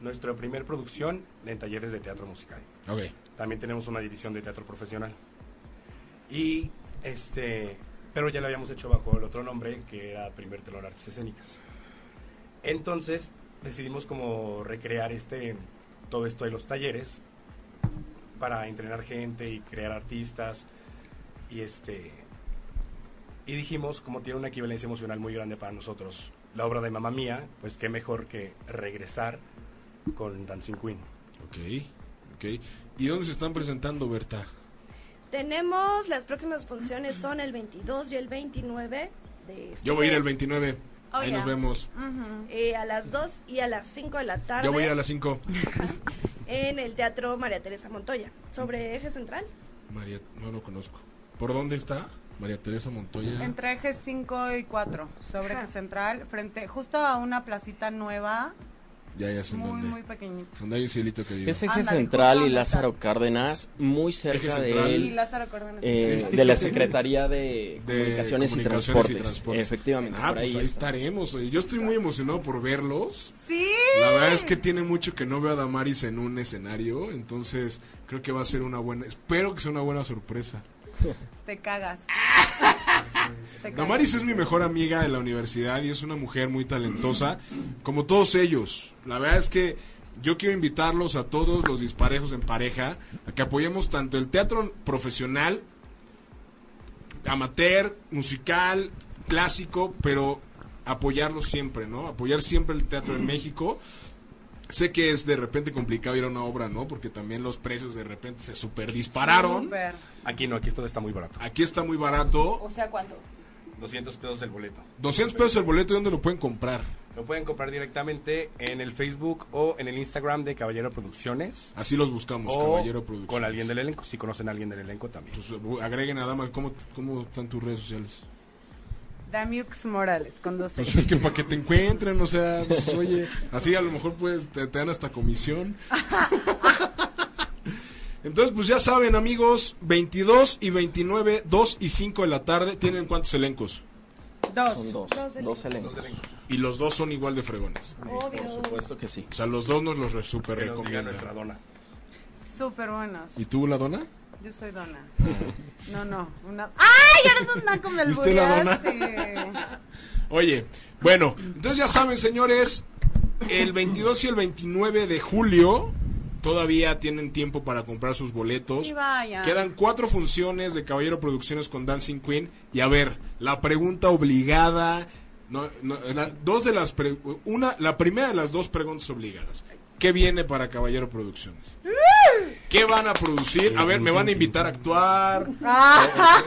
Speaker 5: nuestra primer producción en talleres de teatro musical.
Speaker 2: Ok.
Speaker 5: También tenemos una división de teatro profesional. Y este, pero ya lo habíamos hecho bajo el otro nombre, que era Primer Telón Artes Escénicas. Entonces decidimos como recrear este, todo esto de los talleres para entrenar gente y crear artistas. Y este, y dijimos, como tiene una equivalencia emocional muy grande para nosotros, la obra de Mamá Mía, pues qué mejor que regresar con Dancing Queen.
Speaker 2: Ok, ok. ¿Y dónde se están presentando, Berta?
Speaker 8: Tenemos las próximas funciones son el 22 y el 29 de este
Speaker 2: Yo voy a ir el
Speaker 8: mes.
Speaker 2: 29.
Speaker 8: Oh,
Speaker 2: Ahí
Speaker 8: ya.
Speaker 2: nos vemos.
Speaker 8: Eh, a las 2 y a las 5 de la tarde
Speaker 2: Yo voy a ir a las 5.
Speaker 8: en el Teatro María Teresa Montoya, sobre eje central.
Speaker 2: María, no lo conozco. ¿Por dónde está? María Teresa Montoya.
Speaker 7: Entre ejes 5 y 4, sobre
Speaker 8: Ajá.
Speaker 7: eje central, frente justo a una placita nueva,
Speaker 2: Ya, ya sé en
Speaker 7: muy,
Speaker 2: dónde.
Speaker 7: muy pequeñita.
Speaker 2: Donde hay un cielito que diga.
Speaker 6: Es eje
Speaker 7: Ándale,
Speaker 6: central
Speaker 7: justo
Speaker 6: y
Speaker 7: donde
Speaker 6: Lázaro
Speaker 7: está.
Speaker 6: Cárdenas, muy cerca
Speaker 2: central.
Speaker 6: de
Speaker 7: Y
Speaker 6: él,
Speaker 7: Lázaro Cárdenas.
Speaker 6: eh,
Speaker 2: Sí.
Speaker 6: de la Secretaría de,
Speaker 2: De
Speaker 6: Comunicaciones, y,
Speaker 2: Comunicaciones y
Speaker 6: Transportes.
Speaker 2: Transportes.
Speaker 6: Efectivamente,
Speaker 2: Ah,
Speaker 6: por
Speaker 2: pues
Speaker 6: ahí.
Speaker 2: ahí
Speaker 6: está.
Speaker 2: estaremos. oye. Yo estoy muy emocionado por verlos.
Speaker 7: ¡Sí!
Speaker 2: La verdad es que tiene mucho que no veo a Damaris en un escenario. Entonces, creo que va a ser una buena. Espero que sea una buena sorpresa.
Speaker 7: Te cagas. Te cagas.
Speaker 2: Damaris es mi mejor amiga de la universidad y es una mujer muy talentosa, como todos ellos. La verdad es que yo quiero invitarlos a todos los disparejos en pareja a que apoyemos tanto el teatro profesional, amateur, musical, clásico, pero apoyarlo siempre, ¿no? Apoyar siempre el teatro en México. Sé que es de repente complicado ir a una obra, ¿no? Porque también los precios de repente se super dispararon.
Speaker 7: Súper.
Speaker 5: Aquí no, aquí todo está muy barato.
Speaker 2: Aquí está muy barato.
Speaker 3: O sea, ¿cuánto?
Speaker 5: 200 pesos el boleto.
Speaker 2: 200 pesos el boleto, ¿y ¿dónde lo pueden comprar?
Speaker 5: Lo pueden comprar directamente en el Facebook o en el Instagram de Caballero Producciones.
Speaker 2: Así los buscamos,
Speaker 5: o
Speaker 2: Caballero Producciones.
Speaker 5: con alguien del elenco, si conocen a alguien del elenco también.
Speaker 2: Pues, bu- agreguen a Dama, ¿cómo, ¿cómo están tus redes sociales?
Speaker 7: Damiux Morales, con dos
Speaker 2: Pues
Speaker 7: X.
Speaker 2: es que para que te encuentren, o sea, pues, oye, así a lo mejor pues te, te dan hasta comisión. Entonces, pues ya saben, amigos, 22 y 29, 2 y 5 de la tarde, ¿tienen cuántos elencos?
Speaker 6: Son
Speaker 7: Dos.
Speaker 6: dos, dos elencos.
Speaker 2: Y los dos son igual de fregones.
Speaker 6: Por supuesto que sí.
Speaker 2: O sea, los dos nos los re- super
Speaker 5: Que nos diga
Speaker 2: recomiendan.
Speaker 5: nuestra dona.
Speaker 7: Súper buenos.
Speaker 2: ¿Y tú, la dona?
Speaker 7: Yo soy dona. No, no. Una... ¡Ay! Eres un naco, me
Speaker 2: ¿Viste la
Speaker 7: albureaste!
Speaker 2: Oye, bueno, entonces ya saben, señores, el 22 y el 29 de julio todavía tienen tiempo para comprar sus boletos.
Speaker 7: Sí, vayan.
Speaker 2: Quedan cuatro funciones de Caballero Producciones con Dancing Queen. Y a ver, la pregunta obligada. No, no, la- dos de las pre- una, la primera de las dos preguntas obligadas. ¿Qué viene para Caballero Producciones? ¿Qué van a producir? A ver, me van a invitar a actuar.
Speaker 7: Ah,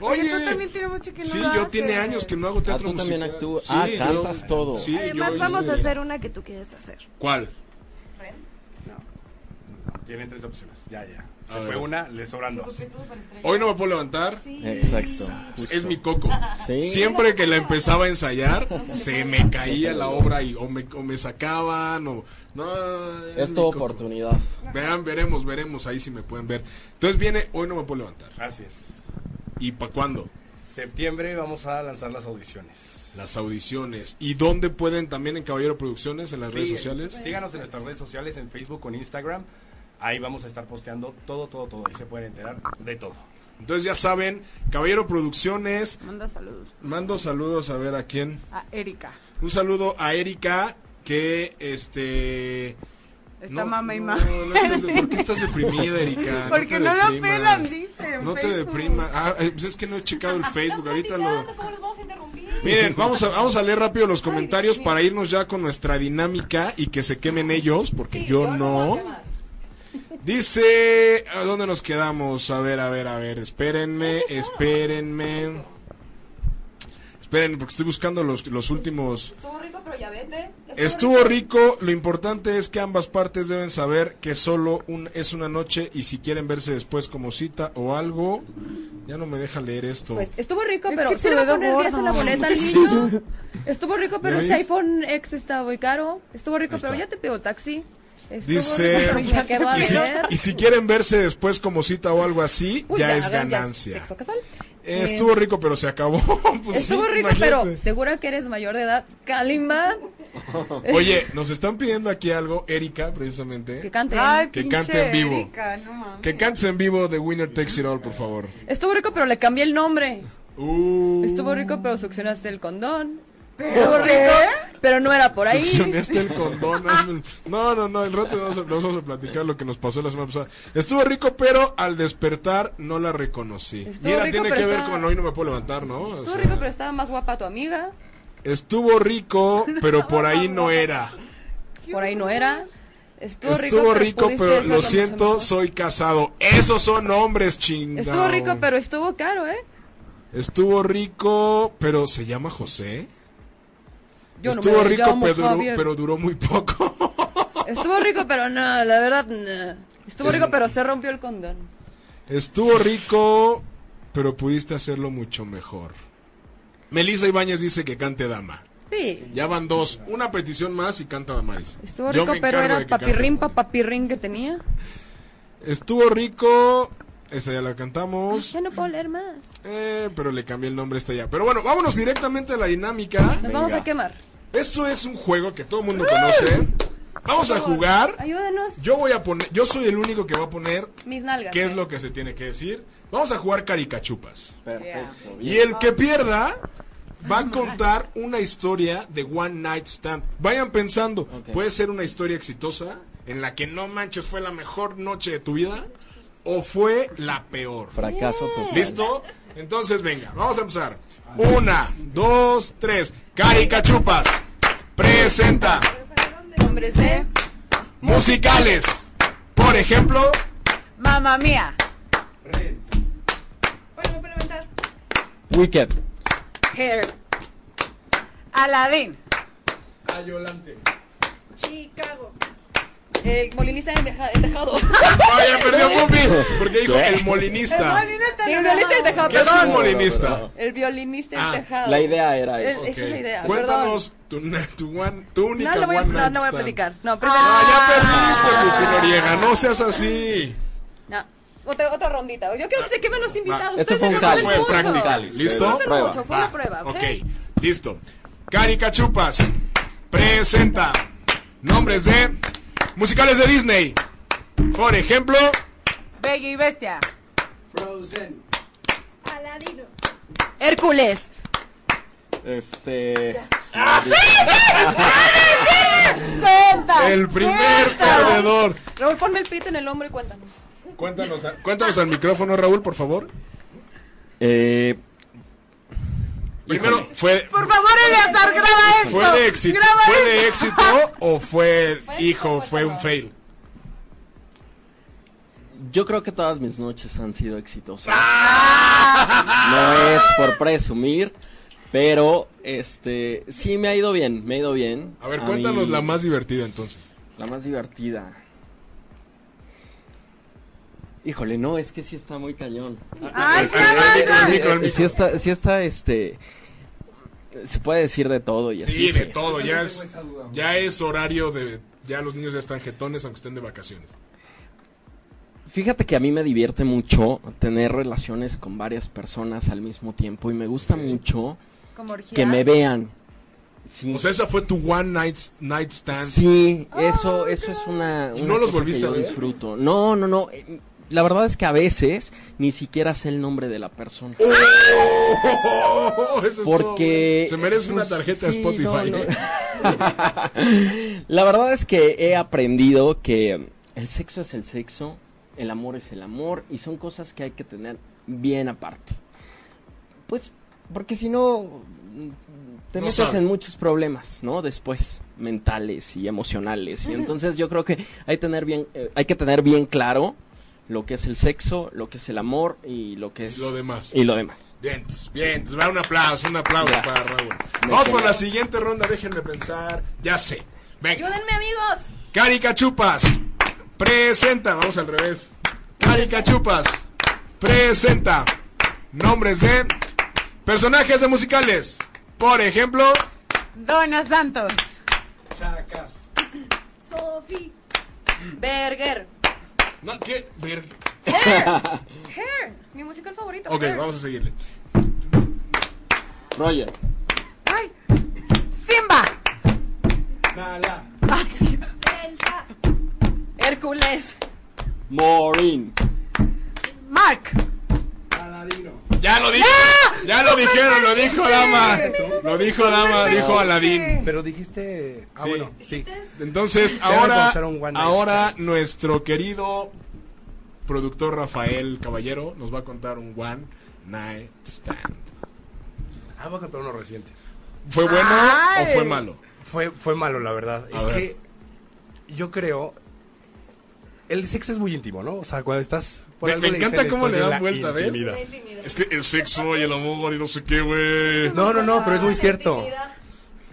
Speaker 7: Oye,
Speaker 2: Oye.
Speaker 7: tú también tienes mucho que no
Speaker 2: Sí,
Speaker 7: lo
Speaker 2: yo tiene
Speaker 7: haces.
Speaker 2: años que no hago
Speaker 6: Ah,
Speaker 2: teatro
Speaker 6: tú también
Speaker 2: musical.
Speaker 6: actúas.
Speaker 2: Sí,
Speaker 6: Ah,
Speaker 2: yo-
Speaker 6: cantas todo.
Speaker 2: Sí,
Speaker 8: Además,
Speaker 2: yo
Speaker 8: vamos
Speaker 2: hice-
Speaker 8: a hacer una que tú quieres hacer.
Speaker 2: ¿Cuál?
Speaker 5: Tienen tres opciones. Ya, ya. Se
Speaker 2: A
Speaker 5: fue
Speaker 2: ver.
Speaker 5: una, le sobran dos.
Speaker 2: Hoy no me puedo levantar.
Speaker 6: Exacto.
Speaker 2: Es
Speaker 6: justo.
Speaker 2: mi coco.
Speaker 6: Sí.
Speaker 2: Siempre que la empezaba a ensayar, se me caía la obra y o me, o me sacaban o no.
Speaker 6: Es
Speaker 2: mi
Speaker 6: tu
Speaker 2: coco.
Speaker 6: oportunidad.
Speaker 2: Vean, veremos, veremos ahí si me pueden ver. Entonces viene hoy no me puedo levantar.
Speaker 5: Así es.
Speaker 2: ¿Y para cuándo?
Speaker 5: Septiembre vamos a lanzar las audiciones.
Speaker 2: Las audiciones. ¿Y dónde pueden también en Caballero Producciones en las redes
Speaker 5: Sí,
Speaker 2: sociales?
Speaker 5: Síganos en nuestras redes sociales, en Facebook o en Instagram. Ahí vamos a estar posteando todo, todo, todo. Y se pueden enterar de todo.
Speaker 2: Entonces ya saben, Caballero Producciones,
Speaker 7: Manda saludos
Speaker 2: mando saludos a ver a quién.
Speaker 7: a Erika.
Speaker 2: Un saludo a Erika, que este...
Speaker 7: Está
Speaker 2: no,
Speaker 7: mame y
Speaker 2: no,
Speaker 7: mame.
Speaker 2: no estás- ¿Por qué estás deprimida, Erika?
Speaker 7: Porque
Speaker 2: te
Speaker 7: no la
Speaker 2: deprimas.
Speaker 7: pelan, dice, en
Speaker 2: No te
Speaker 7: Facebook.
Speaker 2: deprimas. Ah, eh, pues es que no he checado el Facebook. Ahorita lo...
Speaker 3: ¿Cómo los vamos a interrumpir?
Speaker 2: Miren, vamos a, vamos a leer rápido los comentarios
Speaker 3: Dios mío.
Speaker 2: para irnos ya con nuestra dinámica y que se quemen ellos, porque
Speaker 3: Sí,
Speaker 2: yo,
Speaker 3: voy
Speaker 2: no.
Speaker 3: a llamar.
Speaker 2: Dice, ¿a dónde nos quedamos? A ver, a ver, a ver, espérenme, espérenme. Espérenme, porque estoy buscando los, los últimos.
Speaker 3: Estuvo rico, pero ya vete.
Speaker 2: Estuvo rico, lo importante es que ambas partes deben saber que solo un, es una noche y si quieren verse después como cita o algo, ya no me deja leer esto.
Speaker 3: Pues estuvo rico,
Speaker 7: Es
Speaker 3: pero
Speaker 7: que
Speaker 3: se
Speaker 7: se
Speaker 3: le va a
Speaker 7: ve
Speaker 3: poner
Speaker 7: gordo.
Speaker 3: 10 en la boleta al
Speaker 2: Sí,
Speaker 3: niño. Estuvo rico, pero
Speaker 2: ¿Ya
Speaker 3: ese
Speaker 2: ves?
Speaker 3: iPhone X está muy caro. Estuvo rico,
Speaker 2: Ahí
Speaker 3: pero
Speaker 2: está.
Speaker 3: ya te pido taxi. Estuvo
Speaker 2: Dice-
Speaker 3: rico, pero me quedo a
Speaker 2: Y si,
Speaker 3: beber.
Speaker 2: y si quieren verse después como cita o algo así,
Speaker 3: Uy,
Speaker 2: ya, es
Speaker 3: hagan- ya
Speaker 2: ganancia.
Speaker 3: sexo casual.
Speaker 2: Eh,
Speaker 3: Eh,
Speaker 2: Estuvo rico, pero se acabó. Pues
Speaker 3: estuvo
Speaker 2: sí,
Speaker 3: rico,
Speaker 2: imagínate.
Speaker 3: pero segura que eres mayor de edad. Kalimba,
Speaker 2: Oye, nos están pidiendo aquí algo, Erika,
Speaker 3: que
Speaker 2: precisamente.
Speaker 3: cante.
Speaker 7: Ay,
Speaker 2: Que
Speaker 7: pinche
Speaker 2: cante en vivo.
Speaker 7: Erika, no mames.
Speaker 2: Que cantes en vivo de Winner Takes It All, por favor.
Speaker 3: Estuvo rico, pero le cambié el nombre.
Speaker 2: Uh,
Speaker 3: Estuvo rico, pero succionaste el condón.
Speaker 7: ¿Pero qué?
Speaker 3: Pero no era por ahí.
Speaker 2: succionaste este, el condón. hazme el- No, no, no, el rato nos vamos, a, nos vamos a platicar lo que nos pasó la semana pasada. Estuvo rico, pero al despertar no la reconocí.
Speaker 3: Estuvo
Speaker 2: Mira,
Speaker 3: rico,
Speaker 2: tiene que
Speaker 3: pero
Speaker 2: ver
Speaker 3: está-
Speaker 2: con hoy no me puedo levantar, ¿no? O
Speaker 3: Estuvo
Speaker 2: sea,
Speaker 3: rico, pero estaba más guapa tu amiga.
Speaker 2: estuvo rico, pero por ahí no era.
Speaker 3: Por ahí no era. Estuvo,
Speaker 2: Estuvo rico,
Speaker 3: pudiste
Speaker 2: pero
Speaker 3: hacerlo
Speaker 2: lo
Speaker 3: mucho
Speaker 2: siento,
Speaker 3: mejor.
Speaker 2: soy casado. Esos son hombres, chingados.
Speaker 3: Estuvo rico, pero estuvo caro, ¿eh?
Speaker 2: Estuvo rico, pero se llama José.
Speaker 3: Yo no me
Speaker 2: Estuvo rico,
Speaker 3: llamo
Speaker 2: pero duró,
Speaker 3: Javier.
Speaker 2: pero duró muy poco.
Speaker 3: Estuvo rico, pero no, la verdad, no. Estuvo
Speaker 2: Eh,
Speaker 3: rico, pero se rompió el condón.
Speaker 2: Estuvo rico, pero pudiste hacerlo mucho mejor. Melissa Ibáñez dice que cante Dama.
Speaker 3: Sí.
Speaker 2: Ya van dos. Una petición más y canta Damaris.
Speaker 3: Estuvo
Speaker 2: Yo
Speaker 3: rico,
Speaker 2: me
Speaker 3: pero
Speaker 2: encargo
Speaker 3: era
Speaker 2: de que cante
Speaker 3: papirrín,
Speaker 2: Damaris.
Speaker 3: papapirrín que tenía.
Speaker 2: Estuvo rico. Esta ya la cantamos.
Speaker 3: Ya no puedo leer más.
Speaker 2: eh, pero le cambié el nombre a esta ya. Pero bueno, vámonos directamente a la dinámica.
Speaker 3: Nos vamos a quemar.
Speaker 2: Esto es un juego que todo el mundo conoce. Vamos a jugar.
Speaker 3: Ayúdenos.
Speaker 2: Yo voy a poner, yo soy el único que va a poner
Speaker 3: Mis nalgas.
Speaker 2: qué es
Speaker 3: ¿eh?
Speaker 2: lo que se tiene que decir. Vamos a jugar caricachupas.
Speaker 6: Perfecto.
Speaker 2: Y el que pierda va a contar una historia de One Night Stand. Vayan pensando, puede ser una historia exitosa en la que no manches fue la mejor noche de tu vida o fue la peor.
Speaker 6: Fracaso total.
Speaker 2: ¿Listo? Entonces, venga, vamos a empezar. Una, dos, tres. Caricachupas presenta
Speaker 3: Hombres de.
Speaker 2: musicales. Por ejemplo,
Speaker 7: Mamá mía.
Speaker 8: Bueno, me puedo levantar.
Speaker 6: Wicked.
Speaker 3: Hair.
Speaker 7: Aladín.
Speaker 8: Chicago.
Speaker 3: El molinista en teja- en tejado.
Speaker 2: ¡ay, ya perdió Pupi! Porque dijo el molinista.
Speaker 3: Sí, el violinista en tejado,
Speaker 2: ¿Qué es un
Speaker 3: perdón.
Speaker 2: molinista?
Speaker 3: El violinista
Speaker 2: Ah,
Speaker 3: en tejado.
Speaker 6: La idea era
Speaker 3: El-
Speaker 6: eso.
Speaker 2: Eh,
Speaker 3: Esa es la idea.
Speaker 2: Ok.
Speaker 3: perdón.
Speaker 2: Cuéntanos tu, na- tu one- tu única
Speaker 3: No lo voy a,
Speaker 2: One
Speaker 3: no,
Speaker 2: Night
Speaker 3: no voy a
Speaker 2: Stand.
Speaker 3: platicar. Ah. No, primero.
Speaker 2: Ah, ya perdiste, Pupi Noriega. No seas así.
Speaker 3: No. Otra, otra rondita. Yo quiero que se quemen los invitados.
Speaker 6: Va, esto
Speaker 3: Ustedes
Speaker 6: fue un
Speaker 3: no
Speaker 6: ensayo,
Speaker 3: saben
Speaker 2: fue
Speaker 3: mucho.
Speaker 2: práctica.
Speaker 3: No
Speaker 2: ¿Listo?
Speaker 3: saben
Speaker 6: Prueba.
Speaker 3: mucho, fue una prueba, ¿ok?
Speaker 2: ok, listo. Caricachupas presenta nombres de musicales de Disney. Por ejemplo,
Speaker 7: Bella y bestia.
Speaker 8: Aladino.
Speaker 3: Hércules.
Speaker 2: eh.
Speaker 6: Este.
Speaker 7: Cuenta.
Speaker 2: el primer perdedor.
Speaker 3: Raúl, ponme el pito en el hombro y cuéntanos.
Speaker 2: Cuéntanos, a- cuéntanos al micrófono, Raúl, por favor.
Speaker 6: Eh,
Speaker 2: Primero, ¿fue,
Speaker 7: Por favor, Eleazar, graba esto.
Speaker 2: fue, de, éxito,
Speaker 7: Graba
Speaker 2: ¿fue
Speaker 7: esto.
Speaker 2: de éxito o fue,
Speaker 3: Fue
Speaker 2: hijo,
Speaker 3: éxito,
Speaker 2: fue un
Speaker 3: cuéntanos.
Speaker 2: fail?
Speaker 6: yo creo que todas mis noches han sido exitosas.
Speaker 2: ¡Ah!
Speaker 6: No es por presumir, pero este sí me ha ido bien, me ha ido bien.
Speaker 2: A ver, cuéntanos
Speaker 6: mí-
Speaker 2: la más divertida entonces.
Speaker 6: la más divertida. Híjole, no, es que sí está muy cañón.
Speaker 2: Ah,
Speaker 7: Ay,
Speaker 2: Al micro, al
Speaker 7: graba.
Speaker 2: micro, al
Speaker 6: Sí
Speaker 2: micro.
Speaker 6: está, sí está, este. Se puede decir de todo y así.
Speaker 2: Sí, de
Speaker 6: se-
Speaker 2: todo, ya es, ya es horario de... Ya los niños ya están jetones aunque estén de vacaciones.
Speaker 6: Fíjate que a mí me divierte mucho tener relaciones con varias personas al mismo tiempo y me gusta mucho
Speaker 7: Como orgía.
Speaker 6: que me vean. Sí,
Speaker 2: O sea, esa fue tu one night, night stand.
Speaker 6: sí, eso, eso es una, una
Speaker 2: no los
Speaker 6: cosa
Speaker 2: volviste
Speaker 6: que
Speaker 2: a
Speaker 6: yo
Speaker 2: ver?
Speaker 6: disfruto. No, no, no. eh, la verdad es que a veces ni siquiera sé el nombre de la persona.
Speaker 2: Oh, eso es todo,
Speaker 6: Porque-
Speaker 2: güey. se merece una
Speaker 6: pues,
Speaker 2: tarjeta
Speaker 6: sí,
Speaker 2: Spotify.
Speaker 6: no, no.
Speaker 2: ¿eh?
Speaker 6: La verdad es que he aprendido que el sexo es el sexo, el amor es el amor y son cosas que hay que tener bien aparte. Pues porque si no mm, te
Speaker 2: No
Speaker 6: metes
Speaker 2: sabe.
Speaker 6: en muchos problemas, ¿no? Después mentales y emocionales y entonces yo creo que hay tener bien eh, hay que tener bien claro lo que es el sexo, lo que es el amor y lo que es
Speaker 2: Lo demás.
Speaker 6: y lo demás.
Speaker 2: Bien, bien, pues, va un aplauso, un aplauso
Speaker 6: Gracias.
Speaker 2: para Raúl.
Speaker 6: Me
Speaker 2: Vamos por
Speaker 6: quedo.
Speaker 2: la siguiente ronda, déjenme pensar. Ya sé. Venga.
Speaker 3: ¡Ayúdenme, amigos!
Speaker 2: Carica Chupas presenta, vamos al revés. Carica Chupas presenta nombres de personajes de musicales. Por ejemplo,
Speaker 7: Dona Santos.
Speaker 5: Chacas.
Speaker 8: Sofi.
Speaker 3: Berger.
Speaker 2: no, ¿qué? Ver-
Speaker 3: Hair. Mi musical favorito.
Speaker 2: Ok,
Speaker 3: Hair.
Speaker 2: vamos a seguirle.
Speaker 6: Roger.
Speaker 7: Ay. Simba.
Speaker 5: Nala.
Speaker 7: Ay,
Speaker 8: Elsa.
Speaker 3: Hércules.
Speaker 6: Maureen.
Speaker 7: Mark.
Speaker 5: Aladino.
Speaker 2: Ya lo dijo. Ya lo dijeron, lo dijo Dama. Lo dijo Dama, dijo Aladín.
Speaker 5: Pero dijiste. Ah,
Speaker 2: Sí.
Speaker 5: bueno, sí.
Speaker 2: Entonces,
Speaker 5: me
Speaker 2: ahora,
Speaker 5: contaron One Night
Speaker 2: ahora nuestro querido productor Rafael Caballero nos va a contar un One Night Stand.
Speaker 5: Ah, voy a contar uno reciente.
Speaker 2: ¿Fue bueno
Speaker 7: Ay.
Speaker 2: o fue malo?
Speaker 5: Fue, fue malo, la verdad.
Speaker 2: A
Speaker 5: es
Speaker 2: ver.
Speaker 5: que yo creo. El sexo es muy íntimo, ¿no? O sea, cuando estás. por
Speaker 2: Me-
Speaker 5: algo
Speaker 2: me
Speaker 5: dicen
Speaker 2: encanta cómo le
Speaker 5: esto
Speaker 2: dan
Speaker 5: de la
Speaker 2: vuelta, ¿ves?
Speaker 5: intimidad.
Speaker 2: Es que el sexo y el amor y no sé qué, güey.
Speaker 5: No, no, no, pero es muy cierto.
Speaker 3: Intimidad.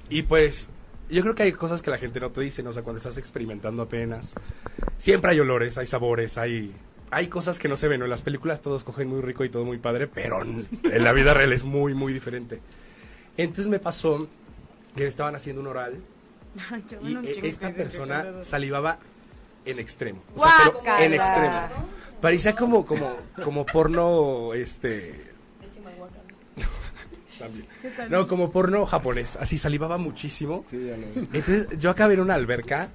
Speaker 5: Y pues, yo creo que hay cosas que la gente no te dice, ¿no? o sea, cuando estás experimentando apenas. Siempre hay olores, hay sabores, hay hay cosas que no se ven, ¿no? En las películas todos cogen muy rico y todo muy padre, pero en en la vida real es muy, muy diferente. Entonces me pasó que estaban haciendo un oral y eh, esta persona salivaba en extremo. O sea, pero
Speaker 7: Guácala.
Speaker 5: en extremo. Parecía como, como, como porno, este,
Speaker 3: De Chimalhuacán.
Speaker 5: también. No, como porno japonés, así salivaba muchísimo. Entonces yo acabé en una alberca,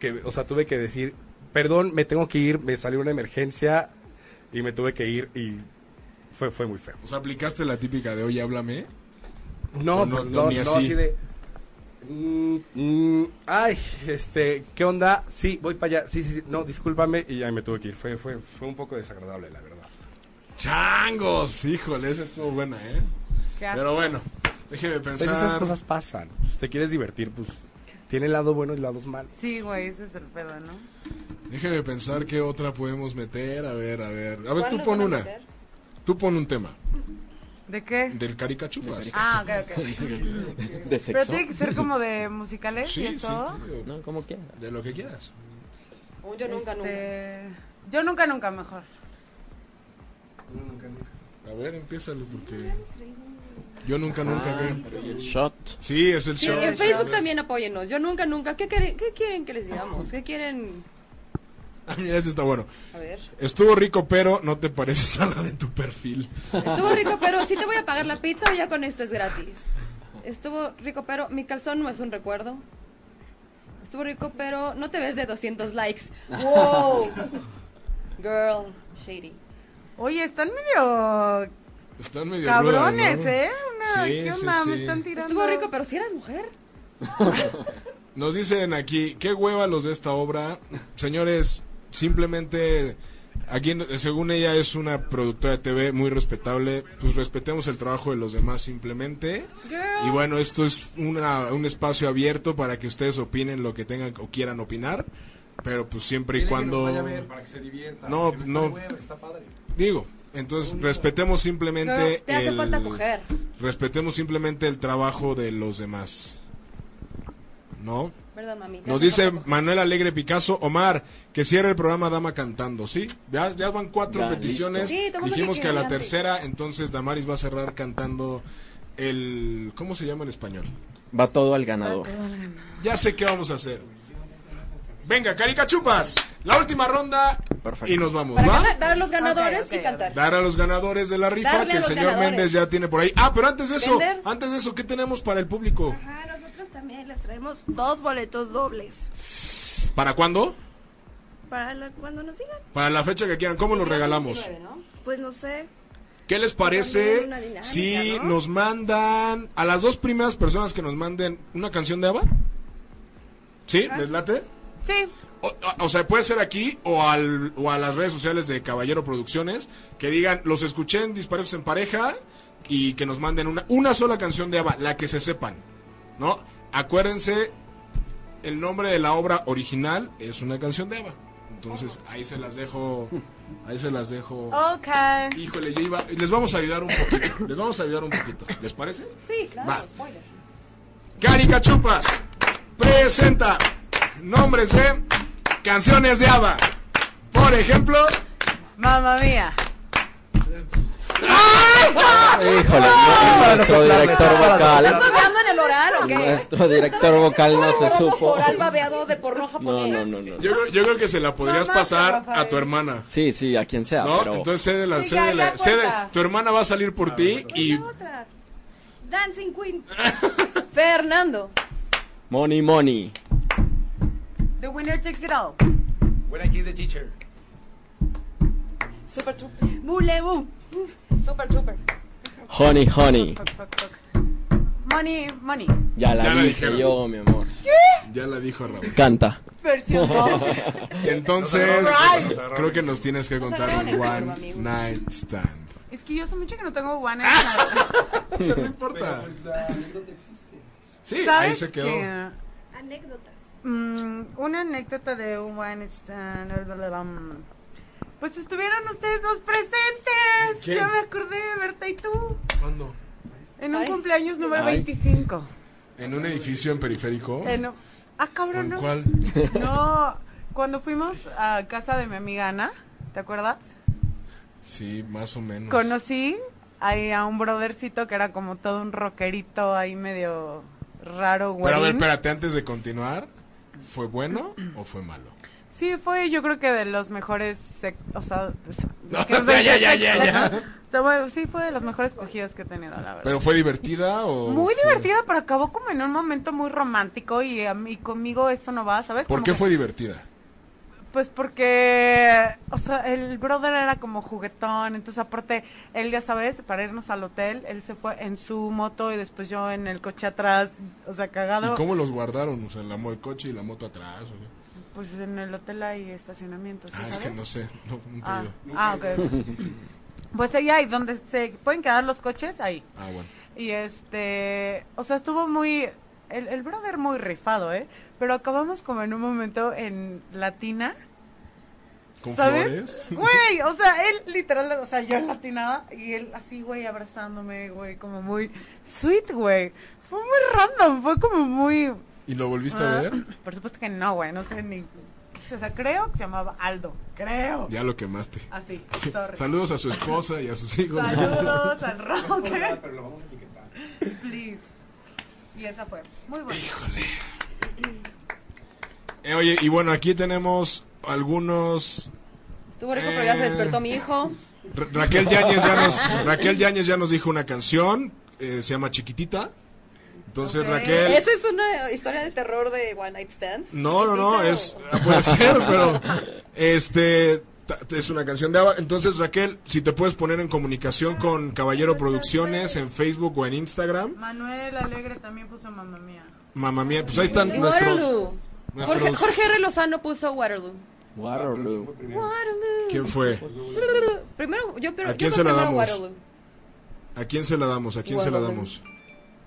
Speaker 5: que, o sea, tuve que decir, perdón, me tengo que ir, me salió una emergencia y me tuve que ir y fue, fue muy feo.
Speaker 2: O sea, aplicaste la típica de hoy háblame.
Speaker 5: No,
Speaker 2: No,
Speaker 5: pues
Speaker 2: no,
Speaker 5: no,
Speaker 2: ni
Speaker 5: no,
Speaker 2: así.
Speaker 5: así, de... mm, mm, ay, este, ¿qué onda? Sí, voy para allá. Sí, sí, sí, no, discúlpame y ya me tuve que ir. Fue, fue, fue un poco desagradable, la verdad.
Speaker 2: ¡Changos! Híjole, esa estuvo buena, ¿eh?
Speaker 7: Qué asco.
Speaker 2: Pero bueno, déjeme
Speaker 5: Pues esas
Speaker 2: pensar.
Speaker 5: cosas pasan. Si te quieres divertir, pues tiene el lado bueno y lados malos.
Speaker 7: Sí, güey, ese es el pedo, ¿no?
Speaker 2: Déjeme pensar qué otra podemos meter. A ver, a ver. A ver,
Speaker 3: ¿Cuál
Speaker 2: tú
Speaker 3: nos
Speaker 2: pon
Speaker 3: van a
Speaker 2: una.
Speaker 3: meter?
Speaker 2: Tú pon un tema.
Speaker 7: ¿De qué?
Speaker 2: Del caricachupas.
Speaker 7: Ah, ok, ok.
Speaker 6: De
Speaker 7: Pero
Speaker 6: sexo.
Speaker 7: tiene que ser como de musicales y
Speaker 2: Sí, sí,
Speaker 7: eso.
Speaker 2: sí,
Speaker 6: No, como quieras.
Speaker 2: De lo que quieras.
Speaker 3: Un Yo nunca, nunca.
Speaker 7: Este, Yo nunca, nunca mejor.
Speaker 2: A ver, empiézalo porque. Yo nunca, nunca. ¿qué?
Speaker 6: El shot.
Speaker 2: Ah. Sí, es el
Speaker 3: Sí,
Speaker 2: show.
Speaker 3: en Facebook también apóyennos. Yo nunca, nunca. ¿Qué, quiere- qué quieren que les digamos? ¿Qué quieren?
Speaker 2: Ah, mira, ese está bueno.
Speaker 3: A ver.
Speaker 2: Estuvo rico, pero no te pareces a la de tu perfil.
Speaker 3: Estuvo rico, pero sí te voy a pagar la pizza o ya con esto es gratis. Estuvo rico, pero mi calzón no es un recuerdo. Estuvo rico, pero no te ves de 200 likes. ¡Wow! Girl, shady.
Speaker 7: Oye, están medio
Speaker 2: Están medio
Speaker 7: cabrones,
Speaker 2: rudas, ¿no?
Speaker 7: ¿eh? Una,
Speaker 2: Sí,
Speaker 7: ¿Qué
Speaker 2: sí,
Speaker 7: onda? Me
Speaker 2: sí.
Speaker 7: están tirando.
Speaker 3: Estuvo rico, pero si eras mujer.
Speaker 2: Nos dicen aquí, qué hueva los de esta obra. Señores, simplemente aquí, según ella, es una productora de TV muy respetable. Pues respetemos el trabajo de los demás simplemente. Y bueno, esto es una, un espacio abierto para que ustedes opinen lo que tengan o quieran opinar. Pero pues siempre y cuando...
Speaker 5: para que se divierta.
Speaker 2: No, porque no.
Speaker 5: Está padre.
Speaker 2: Digo, entonces respetemos simplemente...
Speaker 3: Girl, te hace
Speaker 2: el-
Speaker 3: falta coger.
Speaker 2: Respetemos simplemente el trabajo de los demás. ¿No?
Speaker 3: Perdón, mami. te
Speaker 2: Nos
Speaker 3: hace
Speaker 2: dice
Speaker 3: falta coger.
Speaker 2: Manuel Alegre Picasso, Omar, que cierre el programa Dama cantando, ¿sí? Ya, ya van cuatro
Speaker 6: Ya,
Speaker 2: peticiones.
Speaker 3: listo. Sí, tenemos
Speaker 2: Dijimos
Speaker 3: que
Speaker 2: que a la
Speaker 3: adelante.
Speaker 2: tercera, entonces Damaris va a cerrar cantando el... ¿Cómo se llama en español?
Speaker 6: Va todo al ganador.
Speaker 2: Ya sé qué vamos a hacer. Venga, Caricachupas, la última ronda
Speaker 6: Perfecto.
Speaker 2: y nos vamos,
Speaker 3: Para
Speaker 2: ¿va?
Speaker 3: ganar- dar los ganadores
Speaker 7: Ok, ok,
Speaker 3: y cantar.
Speaker 2: Dar a los ganadores de la rifa
Speaker 3: Darle a
Speaker 2: que el
Speaker 3: los
Speaker 2: señor
Speaker 3: ganadores.
Speaker 2: Méndez ya tiene por ahí. Ah, pero antes de eso,
Speaker 3: Vender.
Speaker 2: antes de eso, ¿qué tenemos para el público?
Speaker 8: Ajá, nosotros también les traemos dos boletos dobles.
Speaker 2: ¿Para cuándo?
Speaker 8: Para la- cuando nos digan,
Speaker 2: Para la fecha que quieran, ¿cómo nos regalamos?
Speaker 3: 29, ¿no?
Speaker 8: pues no sé.
Speaker 2: ¿Qué les
Speaker 8: Pues También
Speaker 2: parece
Speaker 8: hay una dinámica,
Speaker 2: si
Speaker 8: ¿no?
Speaker 2: nos mandan a las dos primeras personas que nos manden una canción de ABBA? ¿Sí? ¿Les late?
Speaker 7: Sí,
Speaker 2: O, o- o sea, puede ser aquí o, al, o a las redes sociales de Caballero Producciones que digan, los escuché en Disparejos en Pareja y que nos manden una, una sola canción de ABBA, la que se sepan, ¿no? Acuérdense, el nombre de la obra original es una canción de ABBA. Entonces, ahí se las dejo, ahí se las dejo.
Speaker 7: ok.
Speaker 2: Híjole, yo iba, les vamos a ayudar un poquito, les vamos a ayudar un poquito, ¿les parece?
Speaker 3: Sí, claro,
Speaker 2: Va.
Speaker 3: spoiler.
Speaker 2: Carica Chupas presenta nombres de canciones de ABBA. Por ejemplo,
Speaker 7: Mamma mía.
Speaker 9: Híjole, no, nuestro director vocal,
Speaker 3: ¿Estás babeando en el oral o qué?
Speaker 9: nuestro director vocal no se
Speaker 3: Vamos
Speaker 9: supo.
Speaker 3: oral babeado de porno
Speaker 9: No,
Speaker 3: japonés.
Speaker 9: no, no, no.
Speaker 2: yo, creo- yo creo que se la podrías
Speaker 7: Mamá,
Speaker 2: pasar
Speaker 7: Rafael.
Speaker 2: a tu hermana.
Speaker 9: Sí, sí, a quien
Speaker 6: Ah,
Speaker 9: sea,
Speaker 2: ¿No?
Speaker 9: pero
Speaker 2: Entonces sé de la,
Speaker 7: Sí,
Speaker 2: sé
Speaker 7: ya,
Speaker 2: de la-
Speaker 7: ya
Speaker 2: sé de-
Speaker 7: cuenta.
Speaker 2: tu hermana va a salir por ti y
Speaker 8: Otra. Dancing Queen.
Speaker 3: Fernando.
Speaker 9: Money Money.
Speaker 7: The winner takes it all.
Speaker 5: When I kiss the teacher.
Speaker 3: Super Trooper.
Speaker 8: Bulebu.
Speaker 3: Super Trooper.
Speaker 9: Honey Honey.
Speaker 7: Fuck, fuck, fuck. Money, money.
Speaker 9: Ya la
Speaker 2: Ya la
Speaker 9: dije
Speaker 2: dijeron.
Speaker 9: yo, mi amor.
Speaker 2: ya la dijo Raúl.
Speaker 9: Canta.
Speaker 7: Versión dos.
Speaker 2: Entonces,
Speaker 5: Nos agarraron.
Speaker 2: creo que nos tienes que contar
Speaker 3: agarraron
Speaker 2: un
Speaker 3: en curva,
Speaker 2: one
Speaker 3: amigo.
Speaker 2: night stand.
Speaker 7: es que yo hace mucho que no tengo one night.
Speaker 2: Eso no importa. Sí, ahí
Speaker 7: ¿Sabes
Speaker 2: se quedó.
Speaker 7: que,
Speaker 8: Anécdotas.
Speaker 7: mm, una anécdota de un one night stand, bla, bla, bla, mm. Pues estuvieron ustedes dos presentes.
Speaker 2: ¿Quién?
Speaker 7: Yo me acordé de Berta y tú.
Speaker 2: ¿Cuándo?
Speaker 7: En un
Speaker 3: Ay.
Speaker 7: cumpleaños número
Speaker 9: Ay.
Speaker 7: 25.
Speaker 2: ¿En un edificio en periférico?
Speaker 7: En- ah, cabrón,
Speaker 2: Oh. ¿Con
Speaker 7: no.
Speaker 2: cuál?
Speaker 7: No, cuando fuimos a casa de mi amiga Ana, ¿te acuerdas?
Speaker 2: Sí, más o menos.
Speaker 7: Conocí ahí a un brothercito que era como todo un rockerito ahí medio raro, güey.
Speaker 2: Pero a ver, espérate, antes de continuar, ¿fue bueno o fue malo?
Speaker 7: Sí, fue yo creo que de los mejores, sec- o sea, de-
Speaker 2: No,
Speaker 7: que no
Speaker 2: ya,
Speaker 7: sé
Speaker 2: ya,
Speaker 7: qué
Speaker 2: ya, ya,
Speaker 7: sexo.
Speaker 2: ya.
Speaker 7: O sea, bueno, sí, fue de los mejores cogidas que he tenido, la verdad.
Speaker 2: ¿Pero fue divertida o...?
Speaker 7: muy
Speaker 2: fue-
Speaker 7: divertida, pero acabó como en un momento muy romántico y a mí conmigo eso no va, ¿sabes?
Speaker 2: ¿Por
Speaker 7: Como
Speaker 2: qué
Speaker 7: que-
Speaker 2: fue divertida?
Speaker 7: Pues porque, o sea, el brother era como juguetón, entonces aparte, él ya sabes, para irnos al hotel, él se fue en su moto y después yo en el coche atrás, o sea,
Speaker 2: ¿Y
Speaker 7: cagado.
Speaker 2: cómo los guardaron? O sea, la, mo- el coche y la moto atrás. ¿o qué?
Speaker 7: Pues en el hotel hay estacionamiento, ¿sí
Speaker 2: Ah, es
Speaker 7: sabes?
Speaker 2: que no sé. No, no he
Speaker 7: ah,
Speaker 2: podido.
Speaker 7: ah, ok. Pues ahí hay, donde se pueden quedar los coches, ahí.
Speaker 2: Ah, bueno.
Speaker 7: Y este, o sea, estuvo muy, el, el brother muy rifado, ¿eh? Pero acabamos como en un momento en Latina.
Speaker 2: ¿Con
Speaker 7: ¿Sabes?
Speaker 2: flores?
Speaker 7: Güey, o sea, él literal, o sea, yo latinaba y él así, güey, abrazándome, güey, como muy sweet, güey. Fue muy random, fue como muy...
Speaker 2: ¿Y lo volviste a
Speaker 7: Ah,
Speaker 2: ver?
Speaker 7: Por supuesto que no, güey, no sé ni... O sea, creo que se llamaba Aldo, creo.
Speaker 2: Ya lo quemaste.
Speaker 7: Así, sorry.
Speaker 2: Saludos a su esposa y a sus hijos.
Speaker 7: Saludos al Roque,
Speaker 5: Pero lo vamos a etiquetar.
Speaker 7: please. Y esa fue, muy buena.
Speaker 2: Eh, oye, y bueno, aquí tenemos algunos...
Speaker 3: Estuvo rico, pero ya se despertó mi hijo.
Speaker 2: Ra- Raquel Yáñez ya nos, Raquel Yáñez ya nos dijo una canción, eh, se llama Chiquitita. Entonces,
Speaker 7: Ok.
Speaker 2: Raquel...
Speaker 3: Esa es una historia de terror de One Night Stand.
Speaker 2: No, no, no,
Speaker 3: Chiquitita,
Speaker 2: es, ah,
Speaker 3: o-
Speaker 2: puede ser, pero este ta- es una canción de ABBA. Entonces, Raquel, si te puedes poner en comunicación con Caballero Producciones en Facebook o en Instagram,
Speaker 7: Manuel Alegre también puso mamá mía.
Speaker 2: mamá mía, pues ahí están
Speaker 3: Y
Speaker 2: nuestros.
Speaker 3: Waterloo.
Speaker 2: nuestros-
Speaker 3: Jorge, Jorge R. Lozano puso Waterloo.
Speaker 9: Waterloo.
Speaker 3: Waterloo.
Speaker 2: ¿Quién fue?
Speaker 3: Primero, yo, pero,
Speaker 2: ¿A quién
Speaker 3: yo
Speaker 2: se la
Speaker 3: primero
Speaker 2: damos?
Speaker 3: Waterloo.
Speaker 2: ¿A quién se la damos? ¿A quién se la
Speaker 3: Waterloo.
Speaker 2: damos?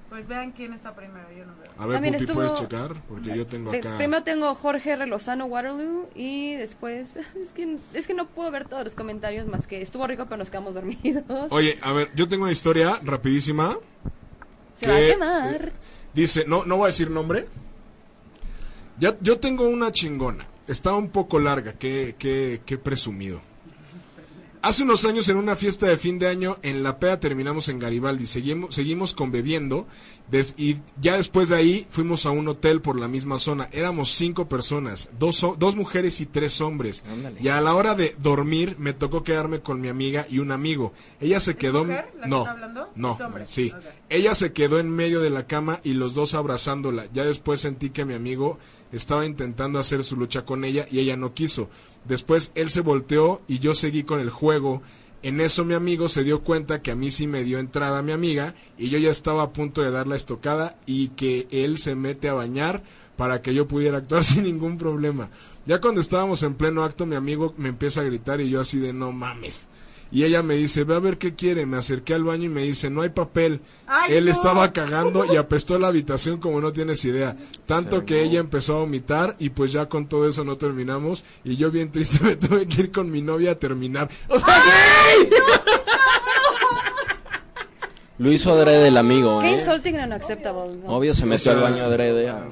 Speaker 7: Pues vean quién está primero, yo no veo.
Speaker 2: A ver,
Speaker 3: También
Speaker 2: Pupi,
Speaker 3: estuvo-
Speaker 2: ¿puedes checar? Porque yo tengo
Speaker 3: Te-
Speaker 2: acá.
Speaker 3: Primero tengo Jorge R. Lozano Waterloo y después es que, es que no puedo ver todos los comentarios más que estuvo rico pero nos quedamos dormidos.
Speaker 2: Oye, a ver, yo tengo una historia rapidísima.
Speaker 3: Se va a
Speaker 2: que,
Speaker 3: quemar.
Speaker 2: eh, Dice, no, no voy a decir nombre. Ya, yo tengo una chingona. Está un poco larga, qué, qué, qué presumido. Hace unos años en una fiesta de fin de año en La Pea terminamos en Garibaldi, seguimos, seguimos con bebiendo des- y ya después de ahí fuimos a un hotel por la misma zona. Éramos cinco personas, dos, ho- dos mujeres y tres hombres. Y a la hora de dormir me tocó quedarme con mi amiga y un amigo. Ella se quedó...
Speaker 7: mujer la que
Speaker 2: no,
Speaker 7: está hablando?
Speaker 2: no,
Speaker 7: Es hombre.
Speaker 2: sí.
Speaker 7: Ok.
Speaker 2: Ella se quedó en medio de la cama y los dos abrazándola. Ya después sentí que mi amigo estaba intentando hacer su lucha con ella y ella no quiso. Después él se volteó y yo seguí con el juego. En eso mi amigo se dio cuenta que a mí sí me dio entrada mi amiga y yo ya estaba a punto de dar la estocada y que él se mete a bañar para que yo pudiera actuar sin ningún problema. Ya cuando estábamos en pleno acto mi amigo me empieza a gritar y yo así de no mames. Y ella me dice, ve a ver qué quiere. Me acerqué al baño y me dice, no hay papel.
Speaker 7: Ay,
Speaker 2: Él
Speaker 7: no.
Speaker 2: estaba cagando y apestó la habitación como no tienes idea. Tanto que ella empezó a vomitar y pues ya con todo eso no terminamos. Y yo bien triste me tuve que ir con mi novia a terminar. O sea,
Speaker 9: Lo hizo adrede el amigo,
Speaker 3: Qué
Speaker 9: ¿eh?
Speaker 3: insulting and unacceptable. ¿no?
Speaker 9: Obvio se metió
Speaker 2: O sea,
Speaker 9: al baño adrede. a-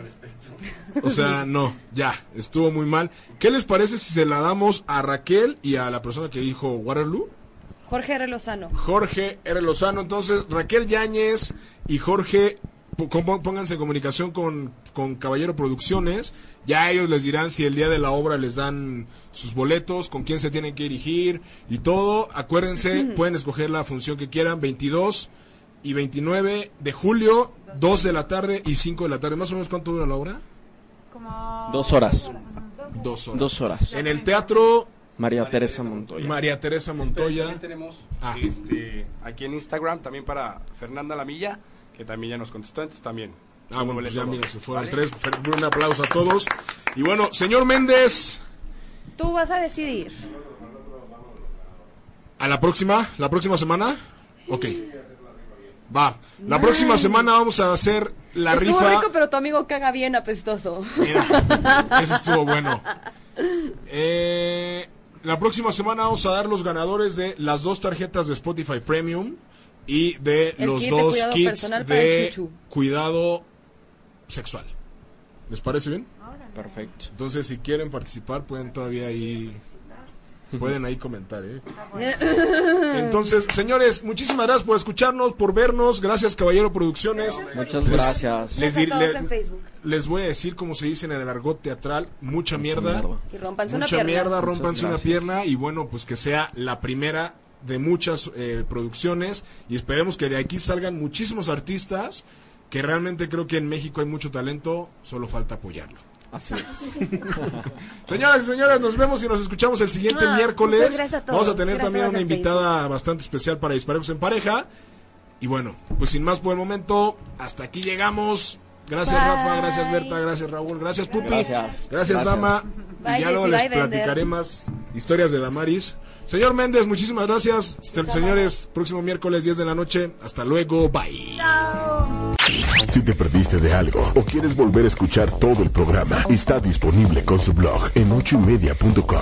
Speaker 2: O sea, no, ya, estuvo muy mal. ¿Qué les parece si se la damos a Raquel y a la persona que dijo Waterloo?
Speaker 3: Jorge R. Lozano.
Speaker 2: Jorge R. Lozano. Entonces, Raquel Yáñez y Jorge, po- com- pónganse en comunicación con, con Caballero Producciones. Ya ellos les dirán si el día de la obra les dan sus boletos, con quién se tienen que dirigir y todo. Acuérdense, pueden escoger la función que quieran, 22 y 29 de julio, 2 de la tarde y 5 de la tarde. Más o menos, ¿cuánto dura la obra?
Speaker 7: Como...
Speaker 9: Dos horas.
Speaker 2: Dos horas.
Speaker 9: Dos horas.
Speaker 2: En el teatro
Speaker 9: María Teresa Montoya.
Speaker 2: María Teresa
Speaker 5: También
Speaker 2: Montoya.
Speaker 5: tenemos
Speaker 2: Ah.
Speaker 5: este, aquí en Instagram también para Fernanda Lamilla, que también ya nos contestó, entonces también.
Speaker 2: Ah, bueno, pues
Speaker 5: Boleto
Speaker 2: ya
Speaker 5: doble,
Speaker 2: mira, se fueron
Speaker 5: ¿vale?
Speaker 2: tres. Fer- Un aplauso a todos. Y bueno, señor Méndez,
Speaker 3: Tú vas a decidir.
Speaker 2: a la próxima, la próxima semana. Ok. Va. La próxima semana vamos a hacer la
Speaker 3: Estuvo
Speaker 2: rifa.
Speaker 3: rico, pero tu amigo caga bien apestoso.
Speaker 2: Mira, eso estuvo bueno. Eh, la próxima semana vamos a dar los ganadores de las dos tarjetas de Spotify Premium y de
Speaker 3: El
Speaker 2: los
Speaker 3: kit de
Speaker 2: dos
Speaker 3: cuidado
Speaker 2: kits
Speaker 3: personal para el
Speaker 2: de
Speaker 3: chuchu.
Speaker 2: cuidado sexual. ¿Les parece bien?
Speaker 9: Perfecto.
Speaker 2: Entonces, si quieren participar, pueden todavía ahí. Pueden ahí comentar, ¿eh?
Speaker 3: Ah,
Speaker 2: Entonces, señores, muchísimas gracias por escucharnos, por vernos. Gracias, Caballero Producciones.
Speaker 9: Muchas gracias.
Speaker 2: Les,
Speaker 3: Gracias
Speaker 2: dir-
Speaker 3: a todos
Speaker 2: le-
Speaker 3: en Facebook.
Speaker 2: les voy a decir, como se dice en el argot teatral, mucha mierda.
Speaker 9: mierda.
Speaker 3: Y rompanse una
Speaker 2: Mucha
Speaker 3: pierna.
Speaker 2: mierda, rompanse una
Speaker 9: gracias.
Speaker 2: pierna. Y bueno, pues que sea la primera de muchas eh, producciones. Y esperemos que de aquí salgan muchísimos artistas. Que realmente creo que en México hay mucho talento, solo falta apoyarlo.
Speaker 9: Así es.
Speaker 2: Señoras y señores, nos vemos y nos escuchamos el siguiente
Speaker 3: Ah,
Speaker 2: miércoles.
Speaker 3: muchas gracias a todos.
Speaker 2: Vamos a tener
Speaker 3: Gracias
Speaker 2: también
Speaker 3: a
Speaker 2: una
Speaker 3: Facebook.
Speaker 2: invitada bastante especial para Disparejos en Pareja. Y bueno, pues sin más por el momento, hasta aquí llegamos. Gracias
Speaker 3: Bye.
Speaker 2: Rafa, gracias Berta, gracias Raúl, gracias Pupi,
Speaker 9: Gracias.
Speaker 2: gracias
Speaker 9: Gracias.
Speaker 2: Dama.
Speaker 3: Bye,
Speaker 2: y ya luego
Speaker 3: Jessy,
Speaker 2: les
Speaker 3: bye, Bender.
Speaker 2: platicaré más historias de Damaris. Señor Méndez, muchísimas gracias. Señores, próximo miércoles 10 de la noche. Hasta luego, bye.
Speaker 1: Si te perdiste de algo o quieres volver a escuchar todo el programa, está disponible con su blog en ochoymedia.com.